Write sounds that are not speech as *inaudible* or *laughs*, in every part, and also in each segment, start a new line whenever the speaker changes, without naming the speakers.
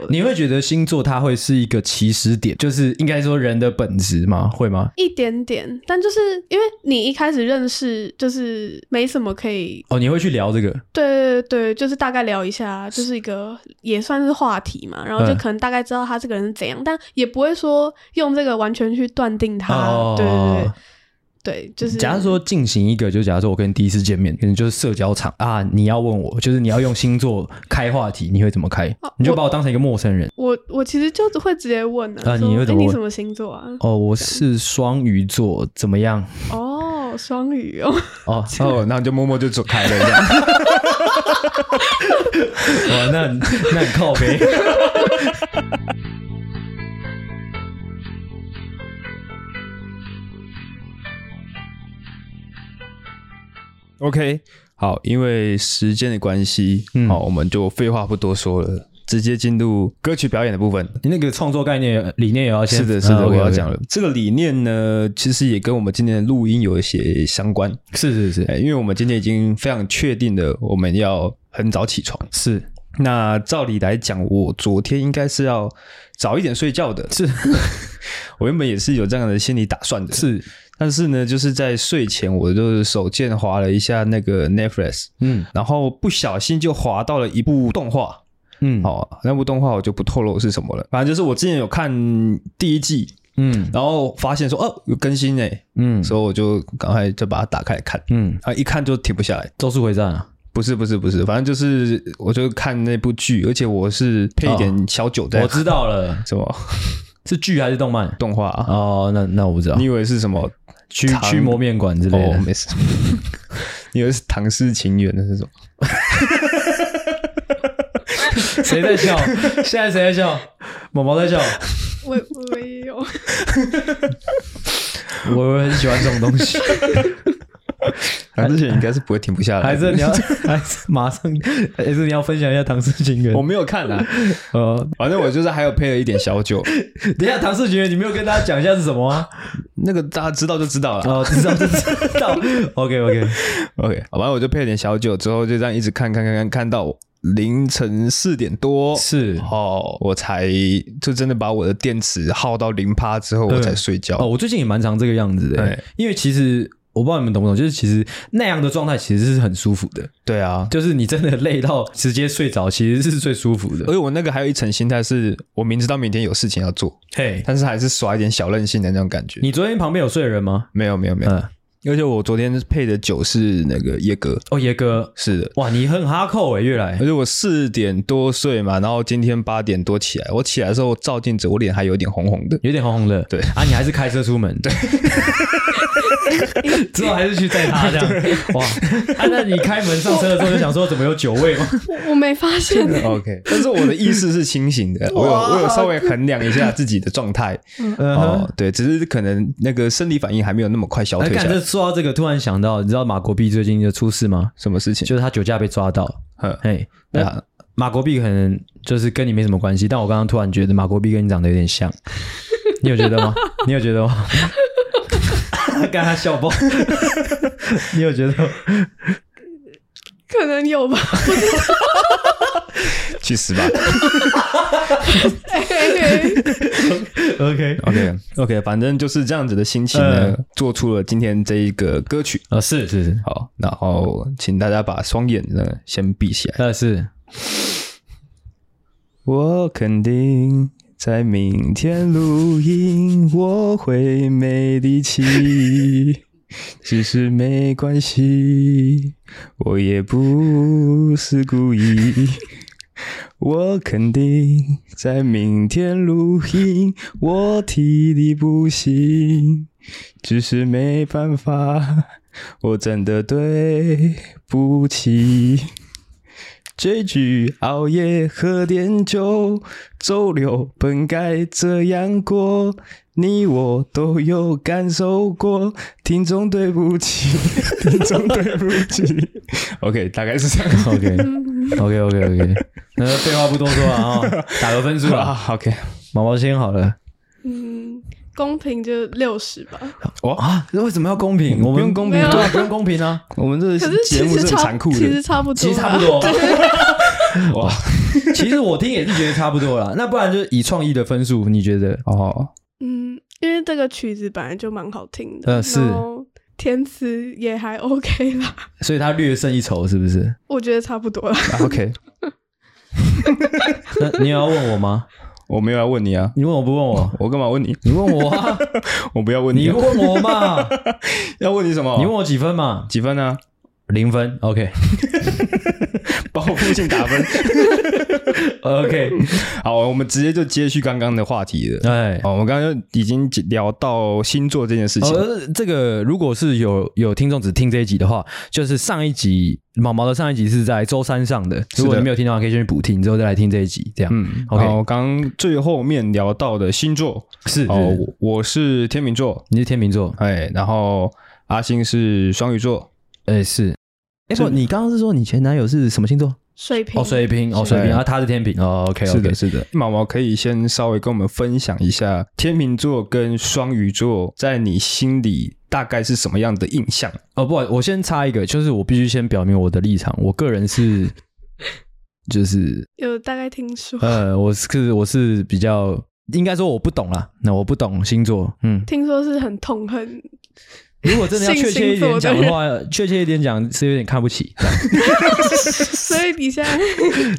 的。
你会觉得星座它会是一个起始点，就是应该说人的本质吗？会吗？
一点点，但就是因为你一开始认识，就是没什么可以，
哦，你会去聊这个，
对对对，就是大概聊一下，就是一个也算是话题嘛，然后就
嗯
可能大概知道他这个人是怎样，但也不会说用这个完全去断定他，
哦
对对对对，就是
假如说进行一个，就假如说我跟你第一次见面，可能就是社交场啊，你要问我，就是你要用星座开话题，你会怎么开
哦？
你就把我当成一个陌生人。
我我其实就会直接问
啊
啊，说
你会怎么
诶你
问
什么星座啊？
哦，我是双鱼座，怎么样？
哦，双鱼
*laughs*
哦， *laughs*
哦，
*laughs* 哦，然后就默默就走开了这
*laughs*
样。
哇，哦那很那很靠
*laughs*
背。
OK，好，因为时间的关系，
嗯
好，我们就废话不多说了，直接进入歌曲表演的部分。
你那个创作概念理念也要先
是的，是
啊
的，我
OK，
要
OK
讲了。这个理念呢，其实也跟我们今天的录音有一些相关，
是是
哎
是
因为我们今天已经非常确定的，我们要很早起床。
是
那照理来讲，我昨天应该是要早一点睡觉的，
是
*laughs* 我原本也是有这样的心理打算的，。
是，
但是呢，就是在睡前，我就是手贱滑了一下那个 Netflix，
嗯
然后不小心就滑到了一部动画。
嗯
哦，那部动画我就不透露是什么了。反正就是我之前有看第一季，
嗯
然后发现说哦有更新诶，
嗯
所以我就赶快就把它打开来看，
嗯，
啊一看就停不下来。
咒术回战啊，
不是不是不是，反正就是我就看那部剧，而且我是配一点小酒在。
哦我知道了，
什么
是剧还是动漫？
动画、啊？
哦，那那我不知道
你，以为是什么
驱
唐
驱魔面馆之类
哦，
的。
没事。 *laughs* 你以为是唐诗情缘的那种？
*laughs* 谁在笑？现在谁在笑？毛毛在笑。
我我也有，
我很喜欢这种东 *laughs* 西，
唐诗情缘应该是不会停不下来的。
还是你要，还是马上，还是你要分享一下唐氏情缘
*laughs* 我？没有看啊，
呃，
反正我就是还有配了一点小酒，
等一下唐氏情缘，你没有跟大家讲一下是什么啊吗？
那个大家知道就知道了。
*laughs* 哦，知道，知道。OK *laughs* OK，
OK，好吧，我就配了点小酒，之后就这样一直看看看看，看到凌晨四点多，
是
哦，我才就真的把我的电池耗到零趴之后，
对
我才睡觉。
哦，我最近也蛮常这个样子的欸
对，
因为其实。我不知道你们懂不懂，就是其实那样的状态其实是很舒服的，
对啊，
就是你真的累到直接睡着，其实是最舒服
而
的。
且我那个还有一层心态是，我明知道明天有事情要做，
嘿，
但是还是耍一点小任性的那种感觉。
你昨天旁边有睡的人吗？
没有没有没有，
嗯，
而且我昨天配的酒是那个椰哥，
哦，野哥，
是的。
哇，你很哈扣诶，欸越来
而且我四点多睡嘛，然后今天八点多起来，我起来的时候照镜子，我脸还有点红红的。
有点红红的，
对
啊，你还是开车出门，对， *laughs* 之后还是去载他这样，哇，啊，那你开门上车的时候就想说怎么有酒味吗？
我我没发现，
OK，但是我的意识是清醒
*laughs*
的，我有我有稍微衡量一下自己的状态。
嗯哼
哦，对，只是可能那个生理反应还没有那么快消
哎，
退下
看
来
这。说到这个，突然想到，你知道马国碧最近的出事吗？
什么事情？
就是他酒驾被抓到，
嗯
嘿，
对
那
啊
马国碧可能就是跟你没什么关系，但我刚刚突然觉得马国碧跟你长得有点 *laughs* 像，你有觉得吗？你有觉得 *laughs* 吗？刚他笑爆， *laughs* 你有觉得吗？
可能有吧。
去死吧
嘿嘿嘿
OK，
！OK OK，反正就是这样子的心情呢，做出了今天这一个歌曲。
呃，是是是，
好，然后请大家把双眼呢先闭起来。
呃是，
我肯定在明天录音，我会没力气，只是没关系，我也不是故意。我肯定在明天录音，我体力不行，只是没办法，我真的对不起。这句熬夜喝点酒，周六本该这样过，你我都有感受过。听众对不 *laughs* 起，听众对不起。OK，大 *laughs* 概是这样。
*laughs* OK OK OK OK，那 *laughs* 废话不多说了啊、打个分数 *laughs* 啦。
啊，OK，
毛毛先好了。
*laughs* 嗯，公平就六十吧。
啊，为什么要公平？我们
不用公平
啊没有
对啊，不用公平啊。
我们这
可是
节
其
目
实
是
差
很残酷
其
的
实。差不多啊，
其实差不多
对
哇，
其实我听也是觉得差不多啦。那不然就是以创意的分数，你觉得？
哦，
嗯，因为这个曲子本来就蛮好听的，
呃是
然后填词也还 OK 啦，
所以他略胜一筹，是不是？
我觉得差不多啦。
啊 OK，
那你有要问我吗？
我没有要问你啊，
你问我不问我？
我干嘛问你？
你问我啊？
*laughs* 我不要问
你
啊
问我嘛？
要问你什么？
*laughs* 你问我几分嘛？
几分啊呢？
零分。OK
帮我父亲打 *laughs* 分。
OK，
好，我们直接就接续刚刚的话题了。
哎。
哦，我们刚刚就已经聊到星座这件事情。
呃，这个如果是有有听众只听这一集的话，就是上一集毛毛的上一集是在周三上的，
的
如果你没有听到，可以先去补听，之后再来听这一集。这样，
嗯
OK
然后刚刚最后面聊到的星座，
是
哦
哦，，
我我是天秤座，
你是天秤座，
哎，然后阿星是双鱼座，
哎是，哎
是
不，你刚刚是说你前男友是什么星座？
水平
哦，水瓶，哦，水瓶，啊，他是天秤，哦，OK，
是的，是的。哎毛毛可以先稍微跟我们分享一下天秤座跟双鱼座在你心里大概是什么样的印象？
哦，不好意思，我先插一个，就是我必须先表明我的立场，我个人是，就是
有大概听说，
呃，我是我是比较，应该说我不懂啦，那我不懂星座，嗯，
听说是很痛恨，
如果真的要确切一点讲的话，确切一点讲是有点看不起， *laughs* 这样
所以底下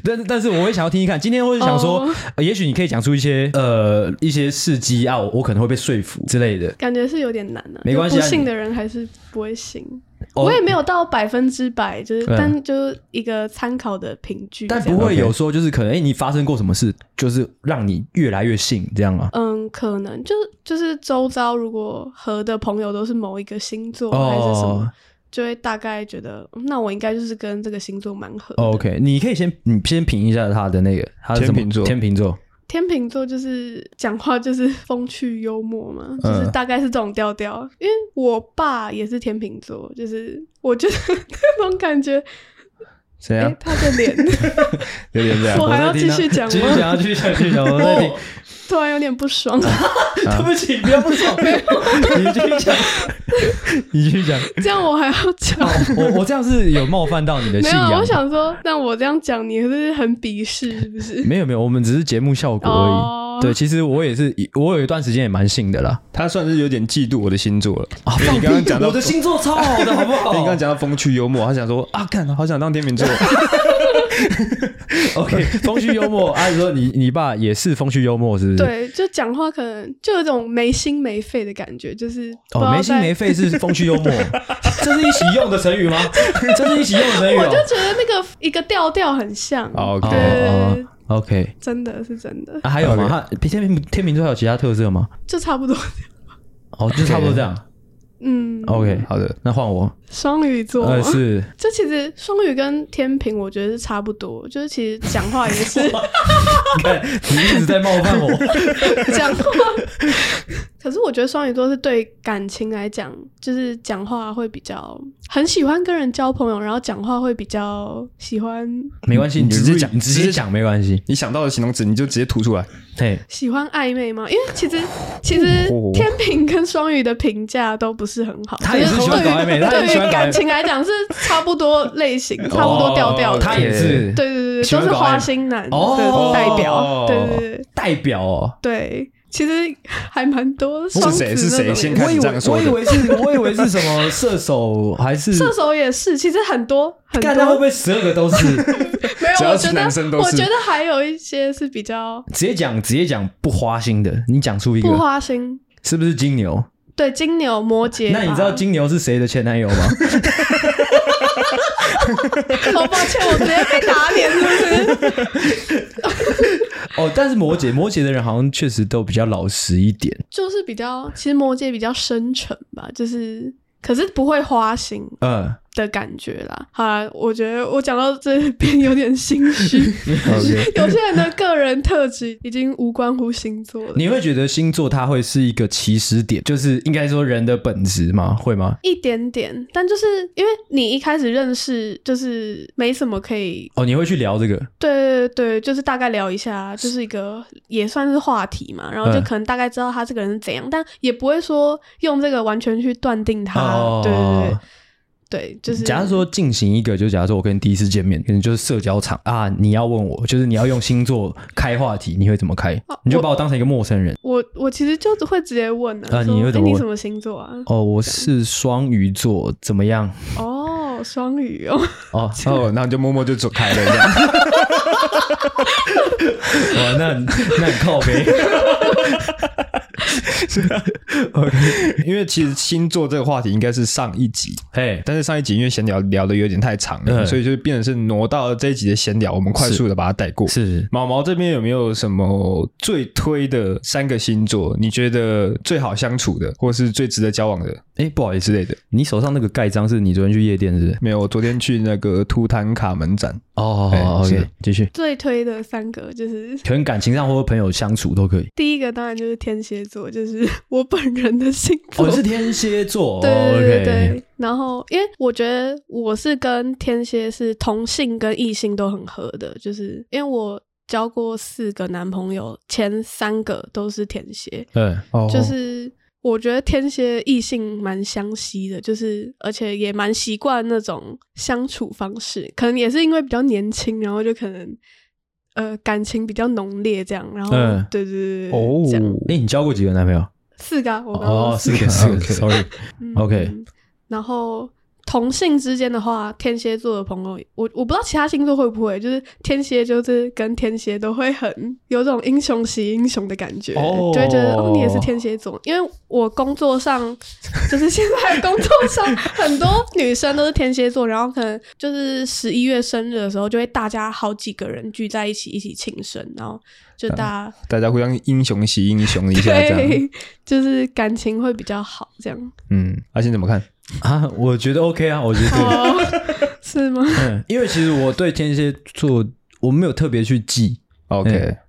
但但是我会想要听听看，今天我就想说，
哦
呃也许你可以讲出一些呃一些事迹啊，我我可能会被说服之类的，
感觉是有点难啊。
没关系啊
不信
你
的人还是不会信。
哦
我也没有到百分之百，就是、
嗯
但就是一个参考的凭据这
但
样。
不会有说就是可能哎、诶你发生过什么事，就是让你越来越信这样啊。
嗯，可能就就是周遭如果和的朋友都是某一个星座
哦
还是什么，就会大概觉得，嗯那我应该就是跟这个星座蛮合的。
哦 OK，你可以先你先评一下他的那个，他是什么
天秤座
天秤座，
天秤座就是讲话就是 *laughs* 风趣幽默嘛，就
嗯
是大概是这种调调。因为我爸也是天秤座，就是我觉得 *laughs* 那种感觉，
怎
哎、
样？
他的脸
有
*laughs*
点这样
我还要
在听啊
继续讲吗
继续讲，继续讲，继续讲，我在听。
突然有点不爽。
对不起，不要不爽，你继续讲，啊 *laughs* 你继续讲。
这样我还要讲？
哦 *laughs* 我我这样是有冒犯到你的
没
信
有，啊
仰
我？想说，那我这样讲，你是不是很鄙视，是不是？
没有没有，我们只是节目效果而已。
哦，
对，其实我也是，我有一段时间也蛮信的啦。
他算是有点嫉妒我的星座了。
啊
因为你刚刚讲到，
我的星座超好的，好不好？
因为 *laughs* 你刚刚讲到风趣幽默，他想说啊，干，好想当天秤座。
*laughs* OK，风趣幽默。啊，你说你你爸也是风趣幽默，是不是？。
对，就讲话可能就有一种没心没肺的感觉，就是不知
哦，
道
没心
在
没肺是风趣幽默， *laughs* 这是一起用的成语吗？ *laughs* 这是一起用的成语
我就
哦。
觉得那个一个调调很像。
哦
对
OK
对对对
OK，
真的是真的，
啊，还有吗？
OK
他天秤天秤座还有其他特色吗？
就差不多。
哦，就差不多这样。
嗯
OK，
好的，
那换我。
双鱼座，
哦呃，是 *laughs*
就其实双鱼跟天平，我觉得是差不多，就是其实讲话也是
*laughs* 看哎你一直在冒犯
*laughs*
我。
讲话。可是我觉得双鱼座是对感情来讲，就是讲话会比较很喜欢跟人交朋友，然后讲话会比较喜欢
没关系，
你
你
直接讲
你直接讲没关系。
你想到的形容词你就直接吐出来。
嘿，
喜欢暧昧吗？因为其实其实
哦
天平跟双鱼的评价都不是很好，
他也是
就是
喜欢搞
对于
暧昧他也
对
喜欢
于
搞暧昧
感情来讲是差不多类型，差不多调调
哦
的。
他也是
对对对
喜
对，都
欢搞暧昧
是花心男
哦
的代表。对对对
代表哦。
对，其实还蛮多双子
谁是谁
那种
先
也
看
我以
这
为
样说
我
的
以为是我以为是什
*laughs*
么射手还是
射手也是，其实很多很
干他会不
多
会十二个都是？
没
只
有，
要
我
是
觉得
男生都是
我觉得还有一些是比较
直接讲直接讲不花心的，你讲出一
不
个
花心。
是不是金牛？
对，金牛、摩羯啊吧。
那你知道
*laughs*
金牛是谁的前男友 *laughs* 吗？
哦，抱歉，我直接被打脸，是不是？
哦，但是摩羯摩羯的人好像确实都比较老实一点。
就是比较，其实摩羯比较深沉吧，就是可是不会花心
嗯，
的感觉啦。好啦，我觉得我讲到这
*laughs*
边有点心虚。
嗯 OK
有些人的个人特质已经无关乎星座了，
你会觉得星座它会是一个起始点，就是应该说人的本质吗？会吗？
一点点。但就是因为你一开始认识，就是没什么可以，
哦，你会去聊这个？
对对对，就是大概聊一下，就是一个也算是话题嘛。然后就
嗯
可能大概知道他这个人是怎样，但也不会说用这个完全去断定他。
哦
对对对。对，就是
假如说进行一个，就假如说我跟你第一次见面，可能就是社交场啊，你要问我，就是你要用星座开话题，你会怎么开
哦？
你就把我当成一个陌生人。
我我其实就会直接问呢、
啊
说
你会
哎
怎么
你
问
什么星座啊？
哦，我是双鱼座，怎么样？
哦，双鱼哦， *laughs*
*laughs* 哦，
*laughs* 哦，然后就默默就走开了
*laughs*
这样。
哇，哦那很那很靠 *laughs* 背。
因为其实星座这个话题应该是上一集，
嘿，
但是上一集因为闲聊聊的有点太长了，
嗯
所以就变成是挪到这一集的闲聊，我们快速的把它带过。
是
毛毛这边有没有什么最推的三个星座？你觉得最好相处的，或是最值得交往的？
哎不好意思
之类的？
你手上那个盖章是你昨天去夜店是不是？
没有，我昨天去那个图坦卡门展，
哦
哎
好
是
，OK，继续。
最推的三个就是
可能感情上或者朋友相处都可以。
第一个当然就是天蝎座，就是我本人的星座。
我哦是天蝎座，
对
哦
对对对对
OK，
然后因为我觉得我是跟天蝎是同性跟异性都很合的，就是因为我交过四个男朋友，前三个都是天蝎，
嗯，
哦
就是我觉得天蝎异性蛮相吸的，就是而且也蛮习惯那种相处方式，可能也是因为比较年轻，然后就可能呃感情比较浓烈这样，然后、
嗯
对对对对这样
哎，你交过几个男朋友？
四个啊、我刚刚说 *laughs*
哦，四
个
个，四个
OK
，sorry。
嗯
OK
然后同性之间的话，天蝎座的朋友，我我不知道其他星座会不会，就是天蝎就是跟天蝎都会很有种英雄惜英雄的感觉，
哦
就会觉得哦你也是天蝎座，因为我工作上就是现在工作上很多女生都是天蝎座，然后可能就是十一月生日的时候，就会大家好几个人聚在一起一起庆生，然后就大家、
大家互相英雄惜英雄一下这样。
对，就是感情会比较好这样。
嗯，阿信怎么看？
啊，我觉得 OK 啊，我觉得对
哦，是吗？
嗯， *laughs* 因为其实我对天蝎座我没有特别去记，
OK，
嗯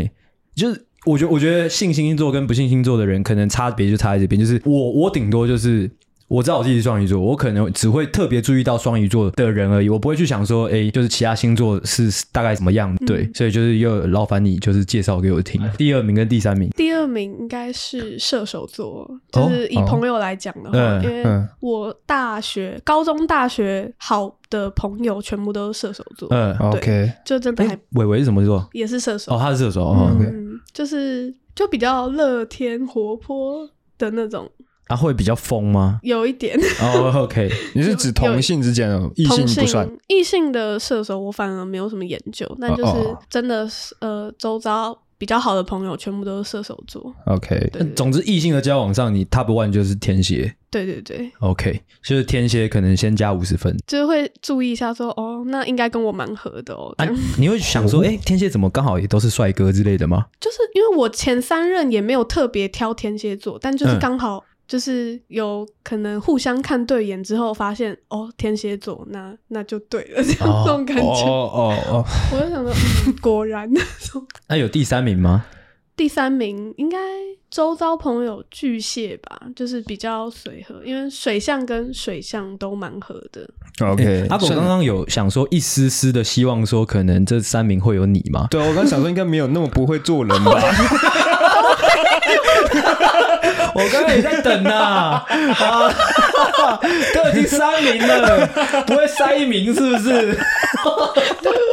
哎、就是我觉得我觉得信星座跟不信星座的人可能差别就差在这边，就是我我顶多就是。我知道我自己是双鱼座，我可能只会特别注意到双鱼座的人而已，我不会去想说，哎、就是其他星座是大概怎么样。对，所以就是又劳烦你，就是介绍给我听。第二名跟第三名，
第二名应该是射手座，就是以朋友来讲的话，
嗯
因为
哦嗯
我大学、高中、大学好的朋友全部都是射手座，
嗯，哎、
OK，
就真的还
伟伟是什么座？
也是射手，
哦，他是射手。哦
嗯，
OK
就是就比较乐天活泼的那种，
他会比较疯吗？
有一点。
哦，OK，
你是指同性之间哦，异性
同
不算。
异性的射手，我反而没有什么研究，但就是
哦
真的是呃，周遭比较好的朋友全部都是射手座，
OK，
对对对
总之，异性的交往上，你 top one 就是天蝎
对对对。
，OK，就是天蝎可能先加五十分。
就是会注意一下说，哦，那应该跟我蛮合的哦。这
啊
样，
你会想说，哎、天蝎怎么刚好也都是帅哥之类的吗？
就是因为我前三任也没有特别挑天蝎座，但就是
嗯
刚好就是有可能互相看对眼之后，发现哦，天蝎座，那那就对了，这样、
哦
*laughs* 这种感
哦
觉。
哦哦，
我就想说，嗯果然。 *laughs*
那、有第三名吗？
第三名应该周遭朋友巨蟹吧，就是比较随和，因为水象跟水象都蛮合的。 *laughs*
哎
OK，
阿狗
算
刚刚有想说一丝丝的希望，说可能这三名会有你吗？
对我刚想说应该没有那么不会做人
*laughs*
吧？
我刚刚也在等 *laughs* 呐、啊，都已经三名了，不会塞一名是不是？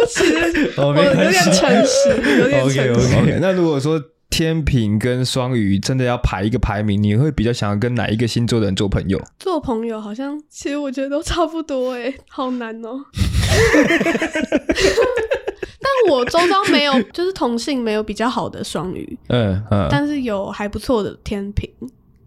其实
哦，*laughs*
我
没
有
关
点
系。
诚实，有点诚
OK
实。
OK，
OK，那如果说天平跟双鱼真的要排一个排名，你会比较想要跟哪一个星座的人做朋友？
做朋友好像，其实我觉得都差不多哎、好难哦、 *laughs* 但我周遭没有，就是同性没有比较好的双鱼，
嗯嗯
但是有还不错的天平。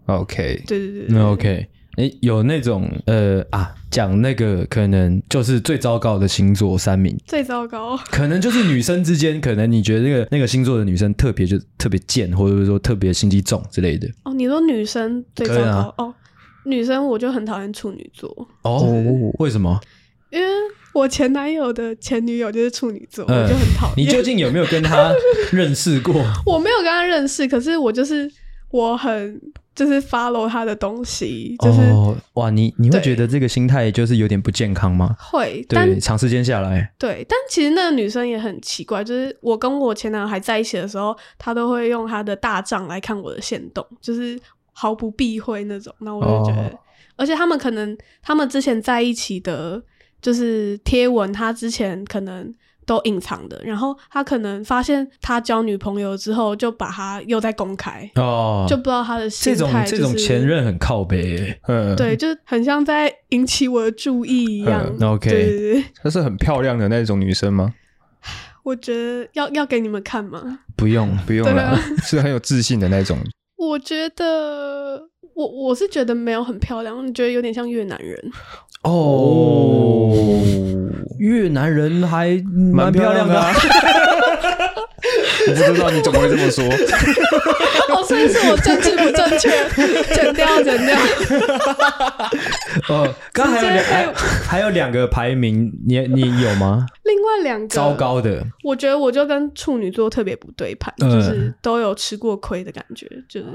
OK，
对对对对
嗯，OK。诶，有那种呃啊，讲那个可能就是最糟糕的星座三名，
最糟糕，
可能就是女生之间，可能你觉得那个那个星座的女生特别就特别贱，或者是说特别心机重之类的。
哦，你说女生最糟
可以
糕、
啊
哦，女生我就很讨厌处女座，
哦，为什么？
因为我前男友的前女友就是处女座，
嗯
我就很讨
你
厌。
究竟有没有跟她认识过？
我没有跟他认识，可是我就是我很就是 follow 他的东西，就是
哦，哇，你你会
对
觉得这个心态就是有点不健康吗？
会，但
对，长时间下来，
对，但其实那个女生也很奇怪，就是我跟我前男友还在一起的时候，她都会
哦
用她的大账来看我的线动，就是毫不避讳那种。那我就觉得，而且他们可能他们之前在一起的，就是贴文，他之前可能都隐藏的，然后他可能发现他交女朋友之后，就把他又在公开，
哦，
就不知道他的
这
心
种
态、就是。
这种前任很靠北欸，
嗯，，
对，就是很像在引起我的注意一样。
嗯，OK
对对对，
她是很漂亮的那种女生吗？
我觉得要要给你们看吗？
不
*laughs*
用
不用
对
了，
啊
是很有自信的那种。
我觉得我我是觉得没有很漂亮，我觉得有点像越南人。
哦
哦。越南人还蛮漂亮的啊，
啊 *laughs* 我不知道你怎么会这么 *laughs* 说，
*laughs* 哦，所以是我政治不正确，剪掉剪掉。 *laughs*
哦，刚还有两
直接被
还还有两个排名，你你有
*laughs*
吗？
另外两个
糟，糕的，
我觉得我就跟处女座特别不对盘，
嗯
就是都有吃过亏的感觉，就是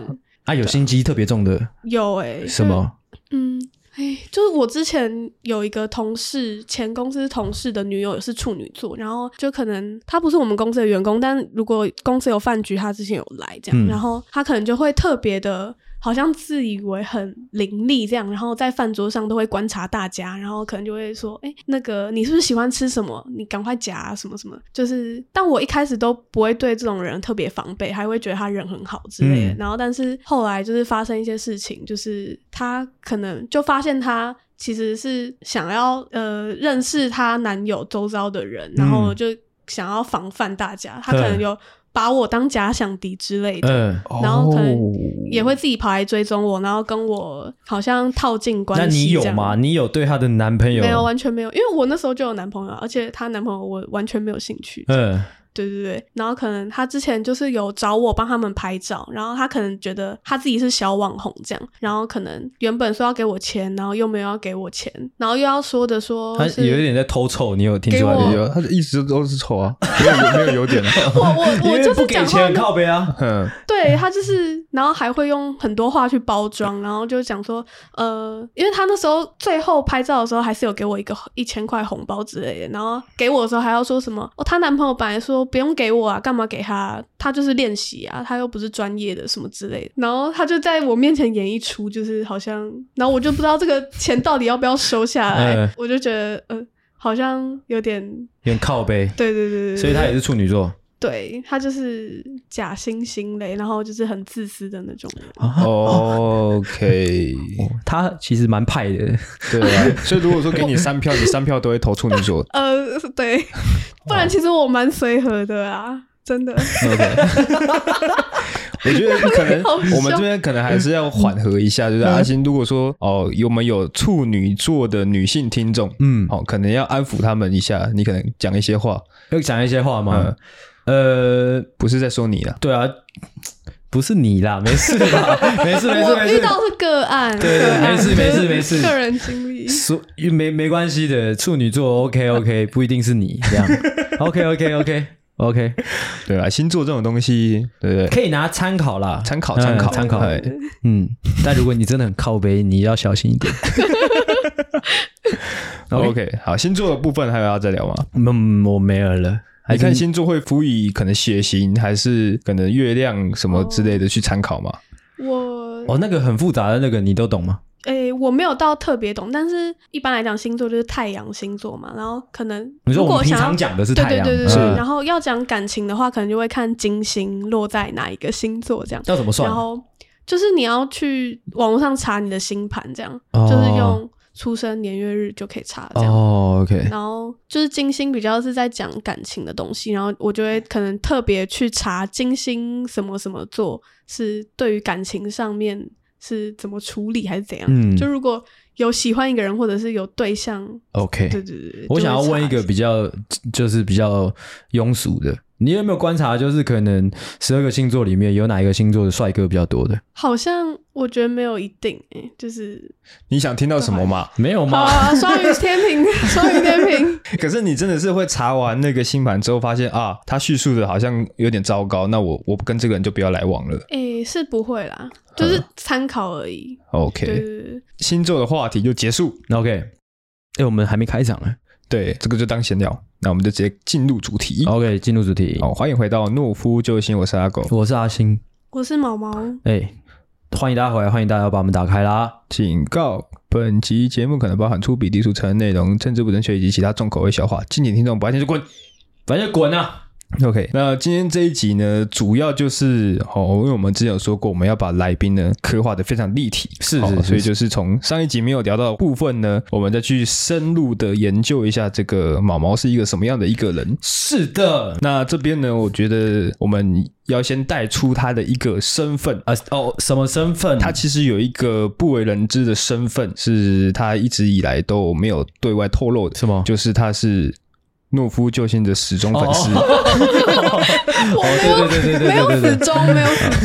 啊，有心机特别重的，
有哎、欸、
什么？
嗯，哎，就是我之前有一个同事，前公司同事的女友也是处女座，然后就可能她不是我们公司的员工，但如果公司有饭局，她之前有来这
嗯
样，然后她可能就会特别的。好像自以为很伶俐这样，然后在饭桌上都会观察大家，然后可能就会说：“哎、那个你是不是喜欢吃什么？你赶快夹、啊、什么什么。”就是，但我一开始都不会对这种人特别防备，还会觉得他人很好之类的。
嗯
然后，但是后来就是发生一些事情，就是她可能就发现她其实是想要呃认识她男友周遭的人，然后就想要防范大家，她可能有把我当假想敌之类的，
嗯，
然后可能
哦
也会自己跑来追踪我，然后跟我好像套近关
那
系。
你有吗？？你有对她的男朋友？
没有，完全没有，因为我那时候就有男朋友，而且她男朋友我完全没有兴趣。
嗯，
对对对，然后可能他之前就是有找我帮他们拍照，然后他可能觉得他自己是小网红这样，然后可能原本说要给我钱，然后又没有要给我钱，然后又要说的说
她
是
有一点在偷臭，你有听出来
给
没
我
有？
哎有，她的一直都是丑啊，没有没有优点啊。 *laughs*
我我我
因为
就是
不给
讲话
钱
没有
靠背啊，
嗯，
对他就是，然后还会用很多话去包装，然后就讲说，呃，因为他那时候最后拍照的时候，还是有给我一个一千块红包之类的，然后给我的时候还要说什么，哦，她男朋友本来说不用给我啊，干嘛给他？他就是练习啊，他又不是专业的什么之类的，然后他就在我面前演一出，就是好像，然后我就不知道这个钱到底要不要收下来，
嗯
我就觉得，呃，好像有点，
有点靠背，
对对对对对，
所以她也是处女座
对他就是假惺惺嘞，然后就是很自私的那种人。
啊。
OK，
她其实蛮派
*laughs*
的，
对啊，哦 *laughs* 所以如果说给你三票，你三票都会投处女 *laughs* 座。
呃， *laughs* 对，不
哦
然其实我蛮随和的啊，真的。
OK，我觉得可能
好笑
我们这边可能还是要缓和一下，就是阿星，如果说哦，我们有处女座的女性听众，
*laughs* 嗯，
哦，可能要安抚他们一下，你可能讲一些话，
要讲一些话
嗯
吗？呃，
不是在说你啊。
对啊，不是你啦，没事
*laughs*
啦，没事没事
我
没
遇
事，
到是个案，
对对
个案
没事没事
就是
没事
个人经历。
所没没关系的，处女座 OK *laughs* OK，不一定是你这样 OK OK OK OK，
对啊，星座这种东西，对不对？
可以拿参考啦，
参考
嗯
参考
*laughs* 参考
哎，
嗯，但如果你真的很靠背，你要小心一点。OK
OK，好，星座的部分还有要再聊吗？
嗯，我没有了，还
你
是
看星座会辅以可能血型还是可能月亮什么之类的去参考吗？
我
哦，那个很复杂的那个你都懂吗？
诶、我没有到特别懂，但是一般来讲，星座就是太阳星座嘛，然后可能
你说
如
我
果
们平
想要
常讲的是
对
太
对
阳，
对对
嗯
对，
是
然后要讲感情的话，可能就会看金星落在哪一个星座这样。
要怎么算
然？后就是你要去网络上查你的星盘，这样、
哦
就是用出生年月日就可以查这样。
哦，OK，
然后就是金星比较是在讲感情的东西，然后我就会可能特别去查金星什么什么座是对于感情上面是怎么处理还是怎样。
嗯
就如果有喜欢一个人或者是有对象，
OK，
对对对，
我
就会
想要问
查
一个
下
比较，就是比较庸俗的，你有没有观察，就是可能十二个星座里面有哪一个星座的帅哥比较多的？
好像我觉得没有一定诶、就是
你想听到什么嘛？
没有
好
吗？
啊，双鱼天平， *laughs* 双鱼天平，
*laughs* 可是你真的是会查完那个星盘之后，发现啊，他叙述的好像有点糟糕，那我我跟这个人就不要来往了。
诶、是不会啦，
嗯
就是参考而已。对
OK，
对对，
星座的话题就结束。
那 OK，哎、我们还没开场呢。
对，哦这个就当闲聊。那我们就直接进入主题。
OK，进入主题。
好，欢迎回到懦夫救星，我是阿狗，
我是阿星，
我是毛毛，
哦哎、欢迎大家回来，欢迎大家把我们打开啦。
警告本集节目可能包含粗鄙、低俗、成人内容、政治不正确以及其他重口味笑话，敬请听众不爱听就滚。
反正就滚啊！
OK，那今天这一集呢，主要就是哦，因为我们之前有说过，我们要把来宾呢刻画的非常立体，
是
好
是是
所以就是从上一集没有聊到的部分呢，我们再去深入的研究一下这个毛毛是一个什么样的一个人。
是的，
那这边呢，我觉得我们要先带出他的一个身份。
啊哦，什么身份？
他其实有一个不为人知的身份，是他一直以来都没有对外透露的，
什么？
就是他是懦夫救星的死忠粉丝。
哦
我
对对对对对对对
没有死忠，没有死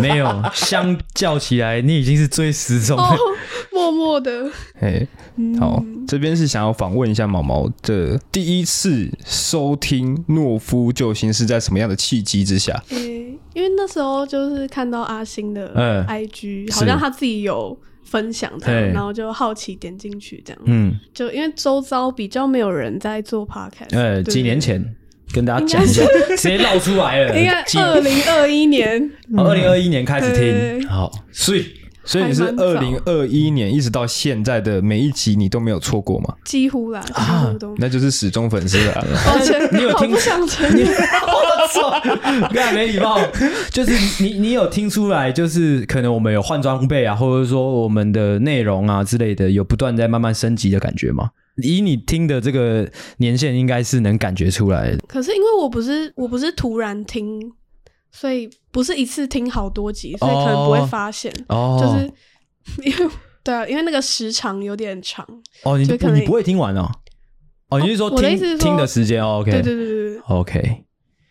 *laughs* *laughs* 没有，相较起来，你已经是最失踪
哦
了。，
默默的，
哎，
嗯
好，这边是想要访问一下毛毛的第一次收听《懦夫救星》是在什么样的契机之下？
诶因为那时候就是看到阿星的
嗯
IG，、
是
好像他自己有分享这
对
样，然后就好奇点进去这样。
嗯，
就因为周遭比较没有人在做 podcast，
呃，
对
几年，前跟大家讲一下，直接绕出来了。
应该
几
二零二一年，
二零二一年开始
对
听，好，所以
所以你是
还蛮
二
早
零二一年一直到现在的每一集你都没有错过吗？
几乎啦，几乎都。
那就是始终粉丝了。
*laughs* 抱歉，
啊你有
好
听
不想承认，
*laughs* 我操，干没礼貌。就是你，你有听出来，就是可能我们有换装
哎
备啊，或者说我们的内容啊之类的，有不断在慢慢升级的感觉吗？以你听的这个年限，应该是能感觉出来的。
可是因为我不是我不是突然听，所以不是一次听好多集，所以可能不会发现，
哦，
就是因为对啊，因为那个时长有点长，
哦，你
就可
不
能
你不会听完哦？哦，你是说
我的意思
听
是说
听的时间哦？OK，
对对对对对。
OK，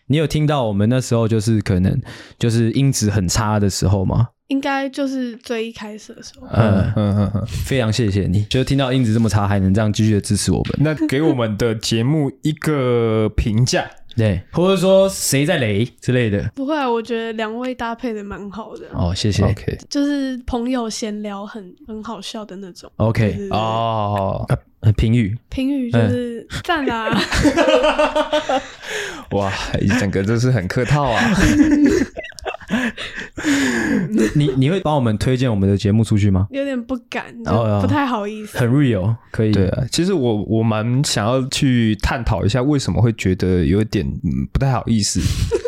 你有听到我们那时候就是可能就是音质很差的时候吗？呃
应该就是最一开始的时候，
嗯嗯嗯嗯。
非常谢谢你，就是听到音质这么差还能这样继续的支持我们，
那给我们的节目一个评价。
对，或者说谁在雷之类的。
不会啊，我觉得两位搭配的蛮好的，
哦，谢谢。
OK，
就是朋友闲聊很很好笑的那种。对
OK，
对对
哦，呃评语
评语就是赞啊
*laughs*
啦、
哇，整个就是很客套
*laughs*
啊。
你你会帮我们推荐我们的节目出去吗？
有点不敢，就
哦哦
不太好意思。
很 real，可以。
对啊，其实我我蛮想要去探讨一下，为什么会觉得有点嗯不太好
*laughs*
意思。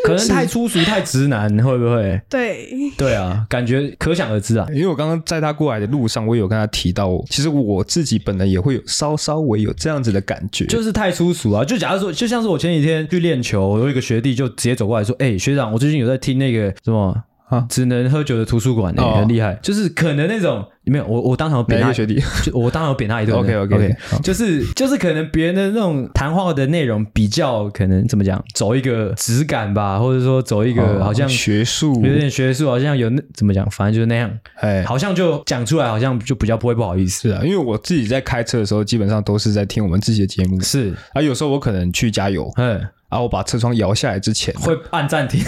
可能太粗俗、太直男，会不会？
对，，
对啊，感觉可想而知啊。
因为我刚刚在他过来的路上，我有跟他提到，其实我自己本人也会有稍稍微有这样子的感觉，
就是太粗俗啊！就假如说，就像是我前几天去练球，我有一个学弟就直接走过来说：“哎、学长，我最近有在听那个什么
啊
只能喝酒的图书馆、欸，
哦
很厉害。”就是可能那种没有我，我当场有扁
哪一
他
个学弟？
*laughs* 就我当场有扁他一顿。
OK，OK，
OK，
好
就是就是可能别人的那种谈话的内容比较可能怎么讲，走一个质感吧，或者说走一个好像
哦学术，
有点学术，好像有那怎么讲，反正就是那样，
哎，
好像就讲出来，好像就比较不会不好意思。
是啊，因为我自己在开车的时候，基本上都是在听我们自己的节目，
是，
啊，有时候我可能去加油，
嗯，
啊，我把车窗摇下来之前，
会按暂 *laughs* 停。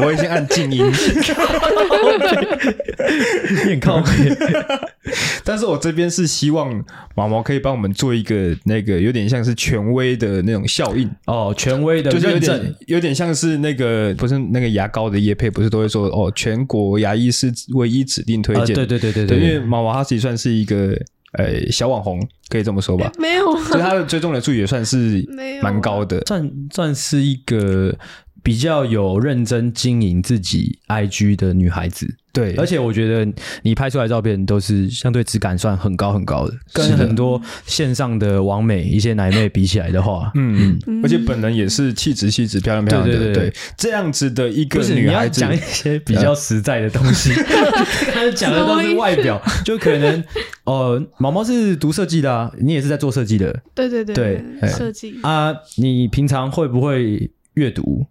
我会先按
*laughs*
静音，
面靠背，
但是我这边是希望毛毛可以帮我们做一个那个有点像是权威的那种效应。
*laughs*
呃
哦，权威的
就是有
认
点
证，
有点像是那个不是那个牙膏的叶配，不是都会说哦，全国牙医是唯一指定推
啊，
荐、
对对对对
对，因为毛毛他自己算是一个呃小网红，可以这么说吧
没有
所以他的追踪人数也算是
哎 *laughs* 没有啊
蛮高的。
算算是一个比较有认真经营自己 IG 的女孩子，
对，
而且我觉得你拍出来的照片都是相对质感算很高很高的，
是
跟
的
很多线上的网美一些奶妹比起来的话，
嗯，而且本人也是气质气质漂亮漂亮的，
对对对
这样子的一个
不是
女
你要
孩子啊
讲一些比较实在的东西， *laughs* 他讲的都是外表，就可能哦，毛毛是读设计的、啊，你也是在做设计的，
对对对
对
对设计。
啊，你平常会不会阅读？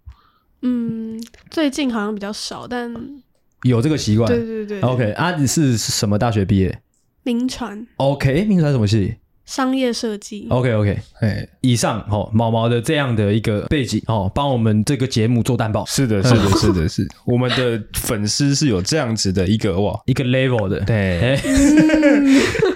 嗯，最近好像比较少，但
有这个习惯？
对对对
OK，啊，你是什么大学毕业
名传
？OK，诶民传什么系
商业设计
？OK OK，
哎，
以上哦，毛毛的这样的一个背景哦，帮我们这个节目做担保，
是的，是的，是的，是的我们的粉丝是有这样子的一个哇，
一个 level 的
对，
诶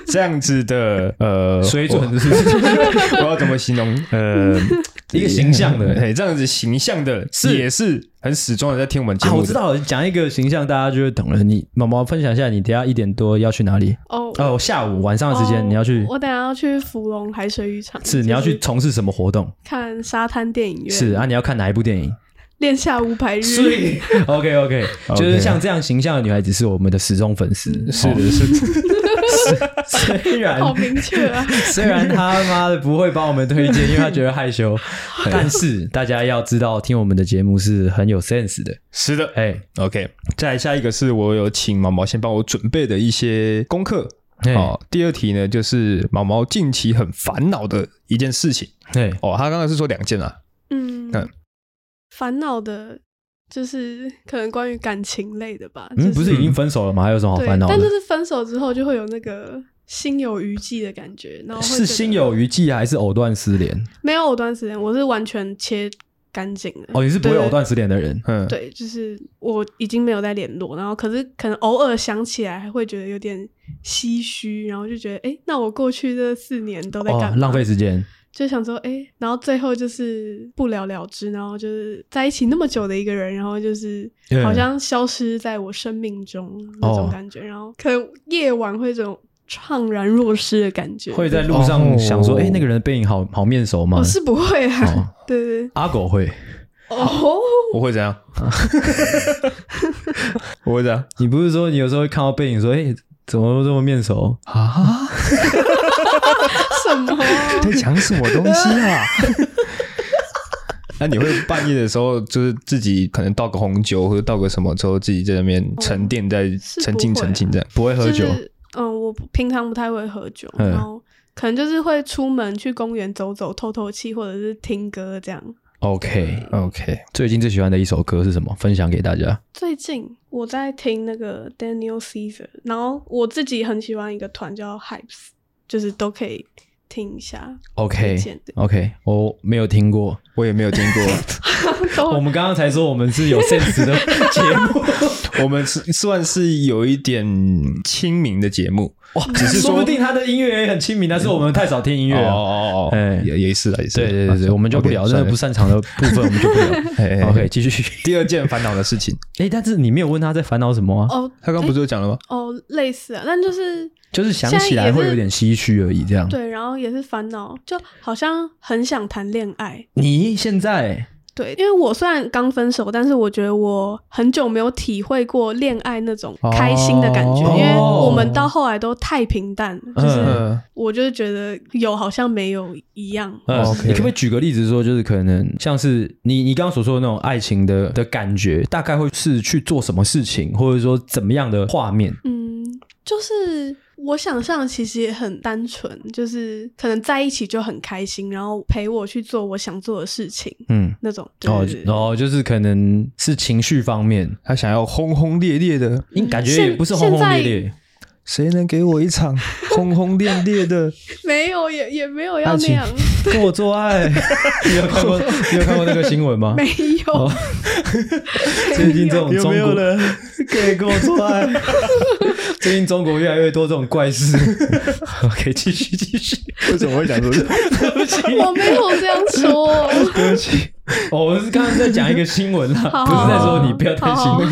这样子的
*laughs*
呃
水准
*laughs* 我我要怎么形容？呃，
*laughs* 一个形象
*laughs*
的
哎，这样子形象的
是
也是很始终的在听我们节
啊，
目。
我知，道了，讲一个形象，大家就会懂了。你毛毛分享一下，你等一下一点多要去哪里？
哦，
哦，下午晚上的时
哦
间你要去，
我等下要去芙蓉海水浴场，
是你要去从事什么活动？
看沙滩电影院，
是啊，你要看哪一部电影？
练下五百日，
OK OK，就是像这样形象的女孩子是我们的始终粉丝。
是
哦
的，是的，
虽然
*laughs* 好明确啊！
*laughs* 虽然他妈的不会帮我们推荐，因为他觉得害 *laughs* 羞，但是大家要知道，听我们的节目是很有 sense 的。
是的。
哎，
OK，再来下一个是我有请毛毛先帮我准备的一些功课。
嘿
哦，第二题呢，就是毛毛近期很烦恼的一件事情。
对，
哦，他刚刚是说两件啊，
*laughs*
嗯
嗯，
烦恼的就是可能关于感情类的吧，
嗯，
就
不是已经分手了吗？还有什么好
对
烦，恼的
但就？是分手之后就会有那个心有余悸的感觉，然后会觉
是
得
心有余悸还是藕断丝连？
没有藕断丝连，我是完全切干净的。
哦，你是不会
对
藕断丝连的人。
嗯，
对，就是我已经没有在联络，然后可是可能偶尔想起来还会觉得有点唏嘘，然后就觉得，哎、那我过去这四年都在
哦
干，嘛？
浪费时间。
就想说，哎、然后最后就是不了了之，然后就是在一起那么久的一个人，然后就是
嗯
好像消失在我生命中那
哦
种感觉，然后可能夜晚会有一种怅然若失的感觉，
会在
对
路上
哦
想说，哎、那个人的背影好好面熟吗？
我是不会啊，
哦
对对对
阿狗会， *laughs*
哦，
我会怎样？我会怎样
你不是说你有时候会看到背影说，哎、怎么这么面熟？
啊？
什么？啊
在讲什么东西啊？ *laughs* 那你会半夜的时候，就是自己可能倒个红酒或者倒个什么之后，自己在那边沉淀在、
哦是
沉浸
不会啊
沉浸这样，不会喝
就
酒。
是嗯，我不平常不太会喝酒，
嗯
然后可能就是会出门去公园走走、透透气，或者是听歌这样。
OK，
OK，
最近最喜欢的一首歌是什么？分享给大家。
最近我在听那个 Daniel Caesar，然后我自己很喜欢一个团叫 Hypes，就是都可以听一下。推荐
OK
的
OK，我没有听过。
我也没有听 *laughs* 过。
我
都
们刚刚才说我们是有 sense 的 *laughs* 节目，
我们是算是有一点亲民的节目
哇，
只
*laughs*
是说
说不定他的音乐也很亲民，但是我们太少听音乐啊了。
哦哦哦哦，
哎
也也是啊，也是啦。
对对对对，
啊
我们就不聊
OK，
那
算
个
了
不擅长的部分，我们就不 *laughs* 聊。
哎哎
OK，
哎
继续。
*laughs*
*laughs*
第二件烦恼的事情，
哎，但是你没有问他在烦恼什么啊？
哦
他刚不是有讲了吗？
哦类似啊，但就是
就是想起来会有点唏嘘而已，这样。
对，然后也是烦恼，就好像很想谈恋爱。
你现在
对，因为我虽然刚分手，但是我觉得我很久没有体会过恋爱那种开心的感觉，
哦
因为我们到后来都太平淡了，就是
嗯
嗯，
我就是觉得有好像没有一样。
呃，
OK
你可不可以举个例子说，就是可能像是你你刚刚所说的那种爱情的的感觉，大概会是去做什么事情，或者说怎么样的画面？
嗯，就是我想象其实也很单纯，就是可能在一起就很开心，然后陪我去做我想做的事情
嗯，
那种。对
哦
对对，
然后就是可能是情绪方面，
他想要轰轰烈烈的，
应感觉
现
也不是轰轰烈烈，
谁能给我一 *laughs* 场轰轰烈烈的？
没有也也没有要
爱
那
情
样，
跟我做爱。 *laughs* 你有看过你有看过那个新闻吗？
*laughs* 没有。
哦 *laughs* 最近这种中国
人？
可以跟我做爱。 *laughs* 最近中国越来越多这种怪事。OK，继续继续。
为什么会讲出这个？
*laughs* 我没有这样
*laughs*
说，
对不起，哦，我是刚刚在讲一个新闻啦，
好
不是在说你，不要担心
好好。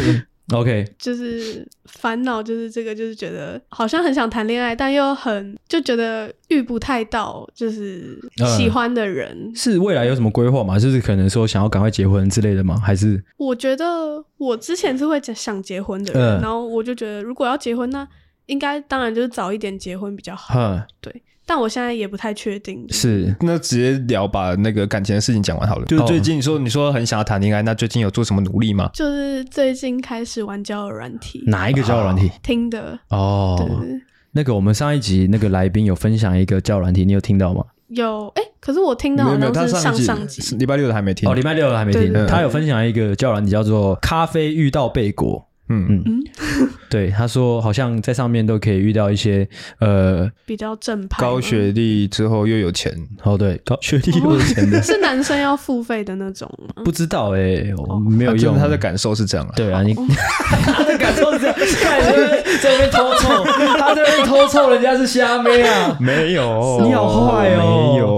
OK，
就是烦恼，就是这个，就是觉得好像很想谈恋爱，但又很就觉得遇不太到，就是
嗯
喜欢的人。
是未来有什么规划吗？就是可能说想要赶快结婚之类的吗？还是
我觉得我之前是会想结婚的人，
嗯
然后我就觉得如果要结婚，那应该当然就是早一点结婚比较好。
嗯
哼
对，但我现在也不太确定。
是
那直接聊把那个感情的事情讲完好了。就是最近说你说很想要谈恋爱，那最近有做什么努力吗？
就是最近开始玩交友软体，
哪一个交友软体？
听的，
哦
对，对对，
那个我们上一集那个来宾有分享一个交友软体，你有听到吗？
有哎、可是我听
没
到
有
好
没有，他
像是
上一集
上集，
是礼拜六的还没听
哦，。礼拜六还没
对
听
对，对
他有分享一个交友软体叫做“咖啡遇到贝果”。
嗯，
*laughs* 对，他说好像在上面都可以遇到一些呃，
比较正派吗，
高学历之后又有钱，
哦对，高学
*laughs*
历有钱的，
是男生要付费的那种吗？
不知道哎、我没有
啊那真
用
的他的感受是这样啊。
对啊，*laughs*
哦
你他的感受是这样，看在那边在那边偷臭， *laughs* 他在那边偷臭，人家是虾妹啊。
没有
你好坏哦
没有。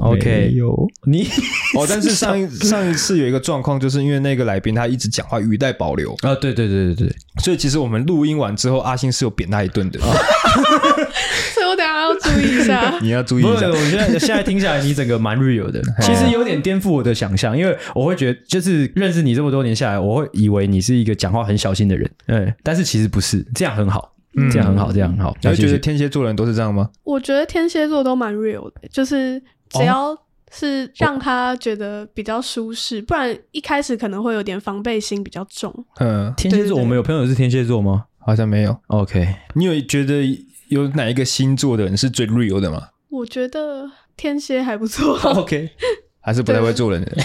OK
没 *laughs* 有。
你，
哦，但是上一上一次有一个状况，就是因为那个来宾他一直讲话语带保留
啊，对对对对对，
所以其实我们录音完之后，阿星是有扁他一顿的。。
所以我等一下要注意一下
啊 *laughs* 你要注意
不
一啊
是，
下
我，现在现在听下来，你整个蛮 real
*laughs*
的，其实有点颠覆我的想象，因为我会觉得，就是认识你这么多年下来，我会以为你是一个讲话很小心的人，嗯，但是其实不是，这样很好，嗯这样很好，这样很好，
嗯你会觉
谢
得
谢
天蝎座的人都是这样吗？
我觉得天蝎座都蛮 real 的，就是
哦
只要是让他觉得比较舒适，不然一开始可能会有点防备心比较重。
嗯，
天蝎座，我们有朋友是天蝎座吗
好像没有。
？OK，
你有觉得有哪一个星座的人是最 real 的吗
我觉得天蝎还不错，
？OK，还是不太会做人的
*laughs*
人？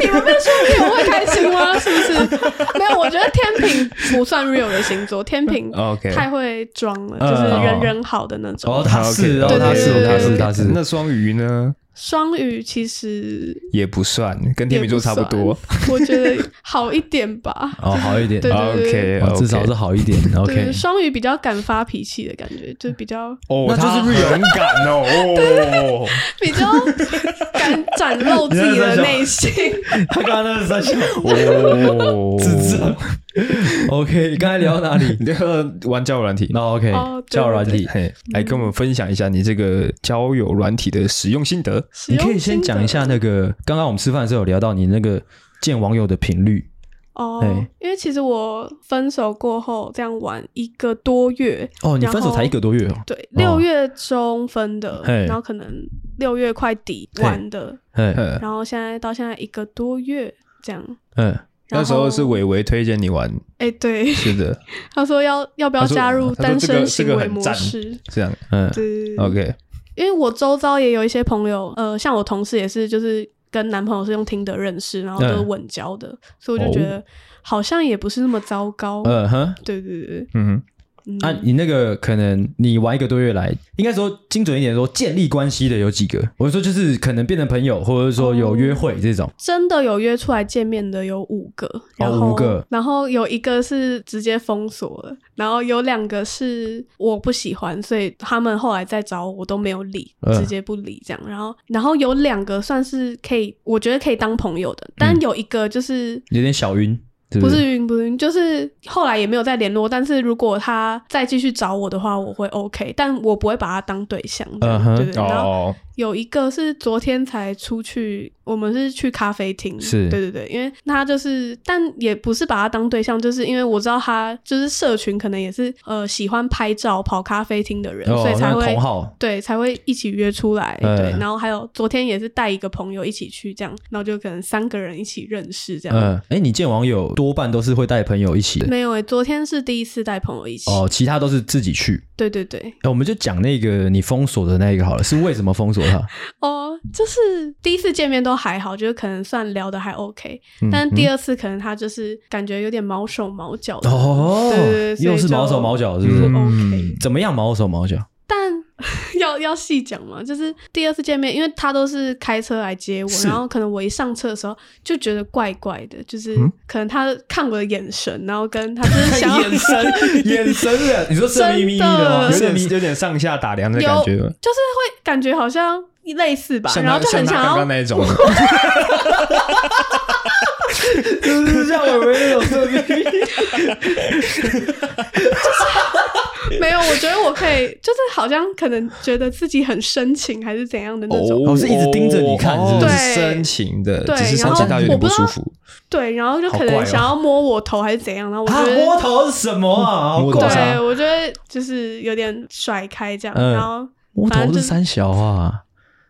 你们被说 real 会开心吗？
*laughs*
是不是？没有，我觉得天平不算 real 的星座，天平
哦 OK 哦
太会装了，
嗯
就是人人好的那
哦，
种。
他是，哦，他是，他是，他是，。
那双鱼呢？
双鱼其实
也不算，跟天秤座差不多。
也不算，我觉得好一点吧
哦，好一点，哦
对
啊 OK，
至少是好一点
对，
，OK。
双鱼比较敢发脾气的感觉，就比较
哦，
那就是
是勇敢哦。
*laughs*
*laughs*
比较敢展露自己的内
*laughs*
心。
他 *laughs* 刚刚那是在
*laughs*
笑，
哦，
智障。OK，刚才聊到哪里？
你这个玩交友软体，
那 OK， *laughs*
哦对
交友软体，嗯
嘿，来跟我们分享一下你这个交友软体的使用心得。
使
你
用
可以先
心得
讲一下那个，刚刚我们吃饭的时候有聊到你那个见网友的频率，
哦
哎，
因为其实我分手过后这样玩一个多月，
哦，你分手
然后
才一个多月哦，
对，六月中分的，
嘿
然后可能六月快底玩的，
嗯
嗯，
然后现在到现在一个多月这样。
嗯，
然
那
后
时候是伟伟推荐你玩，
哎，对， *laughs*
是的，
他说要要不要
他说
加入
他说
单
这个
身
这
行
个
为
很
模
赞
*laughs*
式？
这样
嗯
对
OK。
因为我周遭也有一些朋友，呃，像我同事也是，就是跟男朋友是用听的认识，然后都
嗯
是
哦
稳交的，所以我就觉得好像也不是那么糟糕。
嗯哼，
对对对，
嗯
嗯，
啊，你那个可能你玩一个多月来，应该说精准一点说，建立关系的有几个？我说就是可能变成朋友，或者说有约会这种，
真的有约出来见面的有五个，然后、
哦五个，
然后有一个是直接封锁了，然后有两个是我不喜欢，所以他们后来再找我，我都没有理，
嗯
直接不理这样。然后，然后有两个算是可以，我觉得可以当朋友的，
嗯
但有一个就是。
有点小晕，是
不
是？
是云，不是云，就是后来也没有再联络。但是如果他再继续找我的话，我会 OK，但我不会把他当对象。
嗯哼
对对对。然后
哦，
有一个是昨天才出去，我们是去咖啡厅，
是
对对对，因为他就是，但也不是把他当对象，就是因为我知道他就是社群可能也是呃喜欢拍照、跑咖啡厅的人，
哦
所以，才
那
会
同好，
对，才会一起约出来。
嗯
对，然后还有昨天也是带一个朋友一起去，这样，然后就可能三个人一起认识这样。
嗯，哎，你见网友多半都是会带朋友一起的，
没有诶、欸昨天是第一次带朋友一起。
哦，其他都是自己去。
对对对，
哎，我们就讲那个你封锁的那个好了，是为什么封锁
*laughs*
他？
哦，就是第一次见面都还好，就是可能算聊的还 OK，、但
嗯
第二次可能他就是感觉有点毛手毛脚的。
哦，
对对对所以
又是
就
毛手毛脚，是不是？
嗯 OK
嗯
怎么样毛手毛
*laughs*
脚？
但要要细讲嘛，就是第二次见面，因为他都是开车来接我，
是
然后可能我一上车的时候就觉得怪怪的，就是可能他看我的眼神，然后跟他就是想要
嗯神，眼神的，你说是
真的
眯眯的吗？
有
有点
点
眯
有点上下打量的
有，
感
就是
觉吗，
会感觉好像类似吧，
像
然后
他
就
像
很
他
想
刚
要
刚那一
*laughs*
种，
就是像我们那种色眯眯。 *laughs*
没有，我觉得我可以，就是好像可能觉得自己很深情还是怎样的那种。
哦是一直盯着你看是不是
对
是深情的，
对
只
然
是深
后
情到有点
我不知
舒
道
服。
对，然后就可
好怪哦
能想要摸我头还是怎样，然后我
他
觉
啊摸
得，
头是什么啊？好
摸
狗
头
啊
对我觉得就是有点甩开这样，
嗯
然后
摸
反
头
正
是
就
三小啊，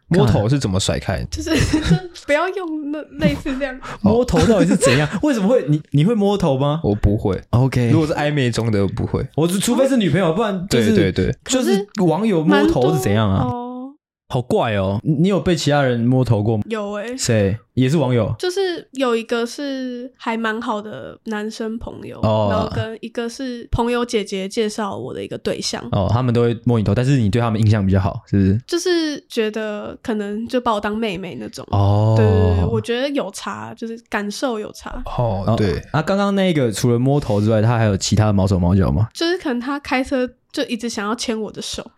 摸头是怎么甩开？
就是 *laughs* 就不要用那类似
*laughs*
这样，
*laughs* 摸头到底是怎样？为什么会你你会摸头吗
我不会，
？OK，
*laughs* 如果是暧昧中的不会。
我是除非是女朋友，不然就
对
是
对对，
就是网友摸
蛮多
头是怎样啊？
哦，
好怪哦！你你有被其他人摸头过吗？
有诶、
谁也是网友
就是有一个是还蛮好的男生朋友，
哦
然后跟一个是朋友姐姐介绍我的一个对象，
哦，他们都会摸你头，但是你对他们印象比较好，是不是？
就是觉得可能就把我当妹妹那种。
哦，
对对对，我觉得有差，就是感受有差，
哦，对，
啊，刚刚那个除了摸头之外，他还有其他的毛手毛脚吗？
就是可能他开车就一直想要牵我的手，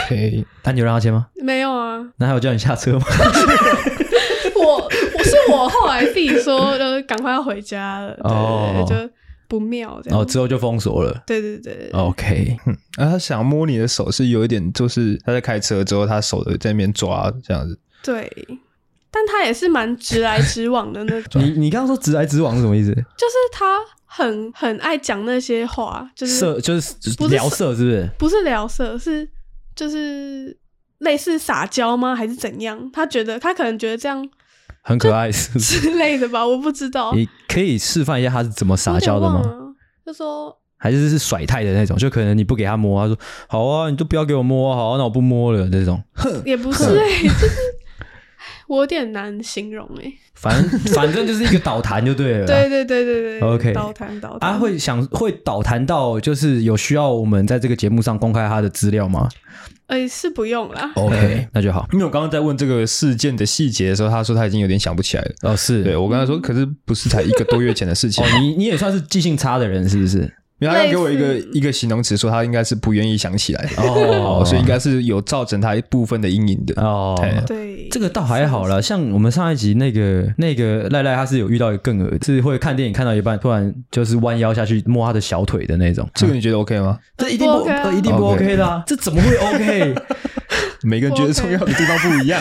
OK，
那、啊你有让他签吗？
没有啊，
那还有叫你下车吗？
我我是我后来自己说，就是赶快要回家了，对
哦
对对，就不妙
然
这样。
后哦之后就封锁了。
对对对嗯对，
OK，
啊，他想摸你的手是有一点，就是他在开车之后，他手在那边抓这样子，
对，但他也是蛮直来直往的那
*laughs*
种，
你你刚刚说直来直往是什么意思？
就是他很很爱讲那些话，就是
色就是
不是
聊色是不是？
不是聊色，是就是类似撒娇吗？还是怎样？他觉得他可能觉得这样 *laughs*
很可爱是不是？
之类的吧，我不知道。
你可以示范一下他是怎么撒
有点
娇的
忘
吗？
了？就说
还是是甩态的那种？就可能你不给他摸，他说好啊，你就不要给我摸啊，好啊，那我不摸了这种。
也不是、欸，就是 *laughs* 我有点难形容哎、
反
*laughs*
正反正就是一个倒弹就对了。
对。对对对对
OK
倒弹倒弹。
啊，会想会倒弹到就是有需要我们在这个节目上公开他的资料吗
哎、是不用啦。
哦？OK，那就好。
因为我刚刚在问这个事件的细节的时候，他说他已经有点想不起来了。
哦，是
对嗯我刚才说，可是不是才一个多月前的事情 *laughs*
哦，，你你也算是记性差的人是不是？
因为他要给我一个
类似
一个形容词，说他应该是不愿意想起来，
哦
哦，所以应该是有造成他一部分的阴影的。
哦，
对
对，
这个倒还好啦，像我们上一集那个那个赖赖，他是有遇到一个更恶，是会看电影看到一半，突然就是弯腰下去摸他的小腿的那种，
这个你觉得 OK 吗？
这一定
不 OK 啊
呃一定不
OK
OK 的啊，这怎么会
*laughs*
OK？
每个人觉得
OK
重要的地方不 *laughs* 一样，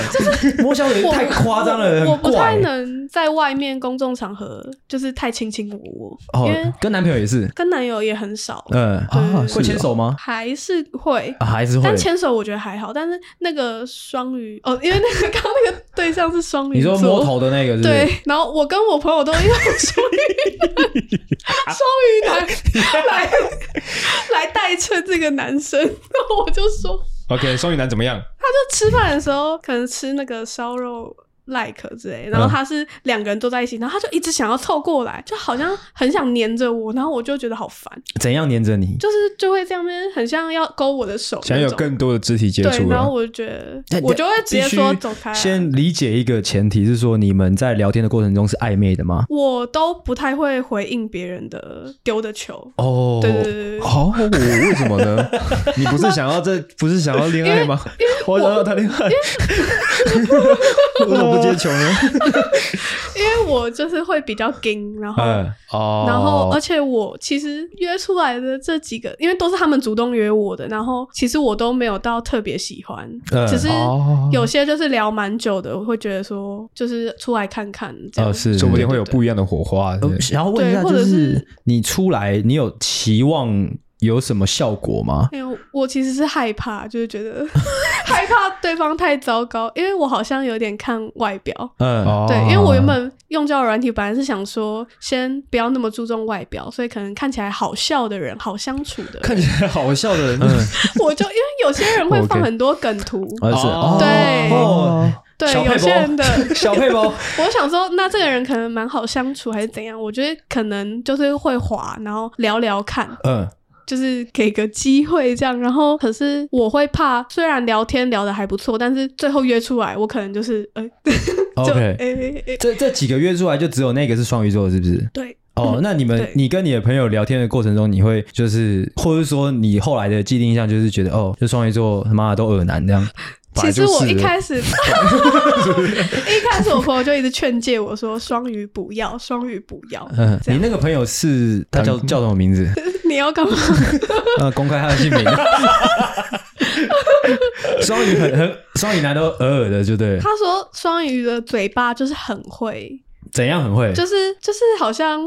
摸小腿
我
太夸张了，
我我
很
不太
怪欸
能在外面公众场合就是太卿卿我我，因为
哦。跟男朋友也是，
跟男友也很少，
嗯，
对
会牵手吗？
还是会。
啊还是会
但？牵手我觉得还好，但是那个双鱼哦，因为那个 *laughs* 刚刚那个对象是双鱼
你
座，
说摸头的那个是不
对
是？，
然后我跟我朋友都用双鱼男，双鱼男来来代称这个男生， *laughs* 然后我就说，
OK，双鱼男怎么样？
就吃饭的时候可能吃那个烧肉。like 之类，然后他是两个人坐在一起，然后他就一直想要凑过来，就好像很想黏着我，然后我就觉得好烦，
怎样黏着你？
就是就会这样边很像要勾我的手那种，
想要有更多的肢体接
对，
触
然后
了。
我就觉得
但
我就会直接说
必须
走开啊、
先理解一个前提是说，你们在聊天的过程中是暧昧的吗？
我都不太会回应别人的丢的球，
哦
对对对对对，
哦，我为什
*laughs*
么呢？你不是想要这，不是想要恋爱吗？我想要谈恋爱，为什么不接
*laughs*
球呢？
因为我就是会比较硬，然后、
嗯，
哦
然后，而且我其实约出来的这几个，因为都是他们主动约我的，然后其实我都没有到特别喜欢，
嗯
只是
哦
有些就是聊蛮久的，我会觉得说就是出来看看这样。
哦是
说不定会有不一样的火花。
呃然后问一下，
对
就
或者
是
是
你出来，你有期望有什么效果吗？
因为哎我其实是害怕，就是觉得 *laughs* 害怕对方太糟糕，因为我好像有点看外表，
嗯，
哦
对，因为我原本用交友软体本来是想说，先不要那么注重外表，所以可能看起来好笑的人、好相处的人，
看起来好笑的人，
我就因为有些人会放
哦 OK
很多梗图，
而呃是
*laughs* 哦
对
哦
对，
小
有
配
些人的，
*laughs*
包，小配包，
我想说，那这个人可能蛮好相处还是怎样？我觉得可能就是会滑，然后聊聊看，
嗯，
就是给个机会这样。然后可是我会怕，虽然聊天聊得还不错，但是最后约出来，我可能就是呃，就
哦 OK
哎哎哎，
这这几个月出来就只有那个是双鱼座，是不是？
对，
哦，那你们
对
你跟你的朋友聊天的过程中，你会就是，或者说你后来的既定印象就是觉得，哦，就双鱼座他妈的都耳男这样。
其实我一开
始
*laughs*
始，一开始我朋友就一直劝诫我说：“双鱼不要，双鱼不要。
嗯，
这
你那
样
个朋友是他叫叫什么名字？
你要干嘛？
嗯
呃，公开他的姓
*laughs*
名。双鱼很很双鱼男都偶尔的，就对了。
他说双鱼的嘴巴就是很会，
怎样很会？
就是就是好像。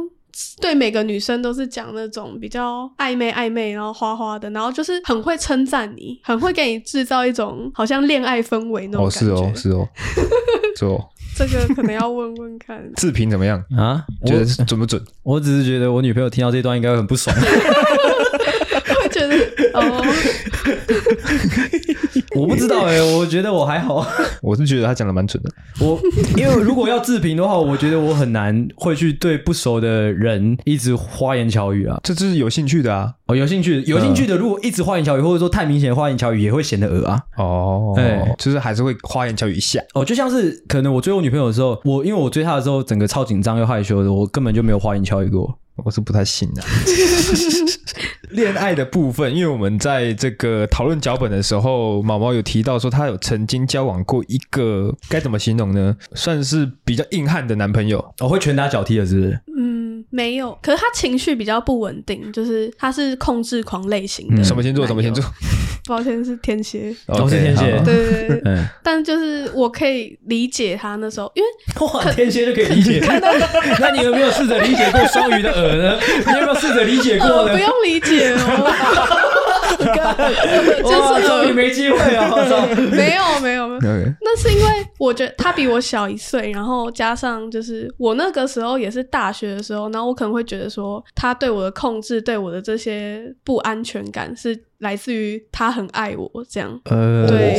对每个女生都是讲那种比较暧昧暧昧，然后花花的，然后就是很会称赞你，很会给你制造一种好像恋爱氛围那种
哦，
感
是
觉。
哦，是哦，是哦，
这个可能要问问看。 *laughs*
自评怎么样？
啊，
觉
我
得是准不准？
我只是觉得我女朋友听到这段应该会很不
*laughs*
爽。
会觉得哦，
我不知道哎、我觉得我还好。 *laughs*
我是觉得他讲的蛮准的。
我因为如果要自评的话，我觉得我很难会去对不熟的人一直花言巧语啊。
这就是有兴趣的啊。
哦，有兴趣有兴趣的，如果一直花言巧语，或者说太明显的花言巧语，也会显得恶啊。
哦
对
就是还是会花言巧语一下。
哦，就像是可能我追我女朋友的时候，我因为我追她的时候，整个超紧张又害羞的，我根本就没有花言巧语过。
我是不太信的、 *laughs* 恋爱的部分，因为我们在这个讨论脚本的时候，毛毛有提到说他有曾经交往过一个该怎么形容呢？算是比较硬汉的男朋友。
我、哦会拳打脚踢的，是不
*laughs*
是？
嗯，没有。可是他情绪比较不稳定，就是他是控制狂类型的。
嗯
什么星座？什么星座？？哦
抱歉，是天蝎。
我哦是天蝎
好
*laughs*
对对对，
嗯，
但就是我可以理解他那时候，因为
哇，天蝎就可以理
*laughs*
解。 *laughs* 那你有没有试着理解过双鱼的耳呢？你有没有试着理解过
呃
呢
*laughs* 不？用理解哦，
哇，
就是
终于
呃
没机会啊！我操，
没有没有没有。
OK，
那是因为我觉得他比我小一岁，然后加上就是我那个时候也是大学的时候，然后我可能会觉得说他对我的控制，对我的这些不安全感是来自于他很爱我这样。
哦
呃
对，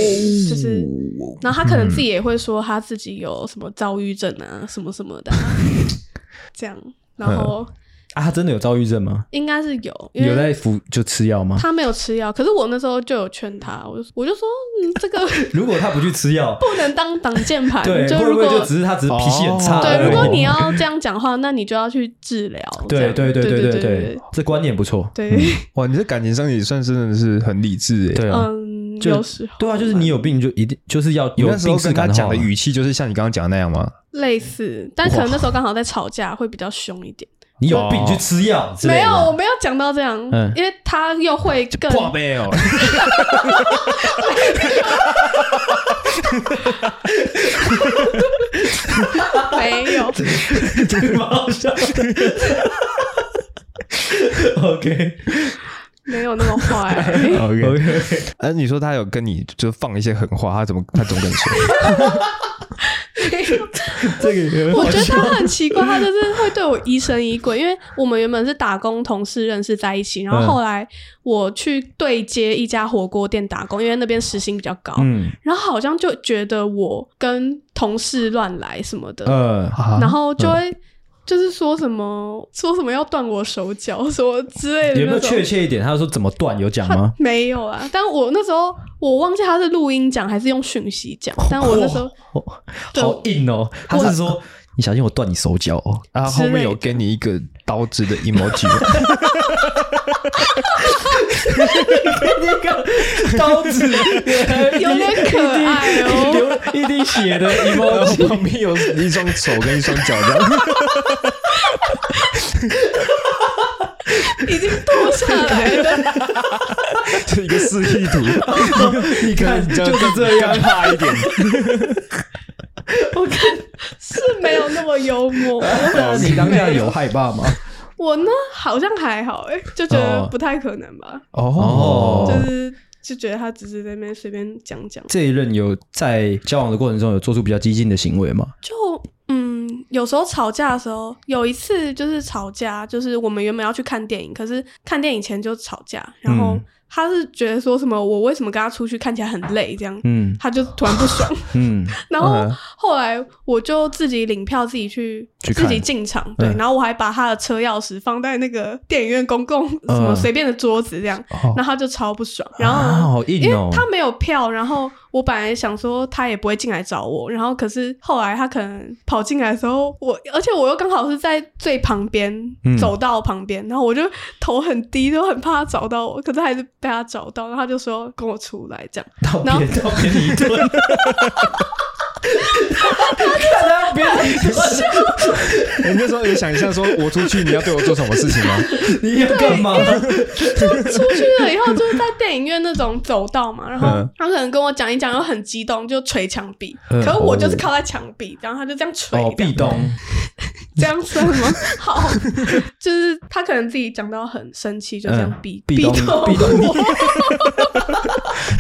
就是，
哦
然后他可能自
嗯
己也会说他自己有什么躁郁症啊，什么什么的啊、这样。然后
*laughs* 啊，他真的有躁郁症吗？
应该是有，因
有
为
在服就吃药吗？
他没有吃药，可是我那时候就有劝他，我就我就说，嗯，这个 *laughs*
如果他不去吃药，
不能当挡箭牌，
对，
就
会
如
不会
果哦
就只是他只是脾气很差而已？
对，如果你要这样讲话，那你就要去治
*laughs*
疗。这
对
样
对
对
对
对
对对，这观念不错。嗯
对
哇，你在感情上也算是真的是很欸理智诶。
对啊，
嗯，
就
有时候
对啊，就是你有病就一定就是要
你
有
那时候
病耻
跟他
感
讲的
话
语气，就是像你刚刚讲的那样吗？
类似，但可能那时候刚好在吵架，会比较凶一点。
你有病去吃药之类
没
的
有，
吗。
我没有讲到这样
嗯，
因为他又会更
破没有，
*laughs* 没有，
这个蛮好笑的。OK
没有那么坏。
*laughs*
OK
OK，
哎、你说他有跟你就放一些狠话，他怎么他怎么跟你说？
这个也很
我
好
觉
笑
得他很奇怪，他就是会对我疑神疑鬼，因为我们原本是打工同事认识在一起，
嗯
然后后来我去对接一家火锅店打工，因为那边时薪比较高，
嗯
然后好像就觉得我跟同事乱来什么的，
呃，
*laughs* 然后就会就是说什么、说什么要断我手脚什么之类的
有没有
那种。
确切一点？他说怎么断有讲吗？
没有啊，但我那时候我忘记他是录音讲还是用讯息讲，但我那时候
哦
对
好硬哦，他是说你小心我断你手脚
*laughs*
哦。
然啊后后面有给你一个刀子的 emoji，吗
那个刀子
有点可爱哦。
一滴血的 *laughs*
然
emoji，
后 *laughs* 旁边有一双手跟一双脚这样。
已经剁下来了，
就一个示意图，
你看
这样
就是这样
尴尬一点。
*laughs* 我看是没有那么幽默。
你当下有害怕吗？
*laughs* 我呢好像还好、欸，哎，就觉得不太可能吧，
哦
就是就觉得他只是在那边随便讲讲。
这一任有在交往的过程中有做出比较激进的行为吗？
就嗯，有时候吵架的时候，有一次就是吵架，就是我们原本要去看电影，可是看电影前就吵架，然后
嗯
他是觉得说什么我为什么跟他出去看起来很累这样，
嗯
他就突然不 *laughs* 爽，
嗯，
然后后来我就自己领票，自己去
去看
自己进场，对，
嗯
然后我还把他的车钥匙放在那个电影院公共
嗯
什么随便的桌子这样，
哦
然后他就超不爽，然后、
啊好硬
因
哦
为他没有票，然后我本来想说他也不会进来找我，然后可是后来他可能跑进来的时候，我而且我又刚好是在最旁边、
嗯
走道旁边，然后我就头很低，都很怕他找到我，可是还是被他找到，然后他就说跟我出来这样，
到
然后
扁到扁你一顿。看他扁你一顿，
你那时候有想象说我出去你要对我做什么事情吗？
你要干 *laughs* 嘛？哦
出去了以后，就是在电影院那种走道嘛，然后
嗯
他可能跟我讲一讲，又很激动，就捶墙壁。
嗯
可是我就是靠在墙壁，然后他就这样捶，
哦，
这
壁
样
咚，
这样
*laughs*
算吗？好，就是他可能自己讲到很生气，就这样壁
嗯壁咚，壁
咚。
咚，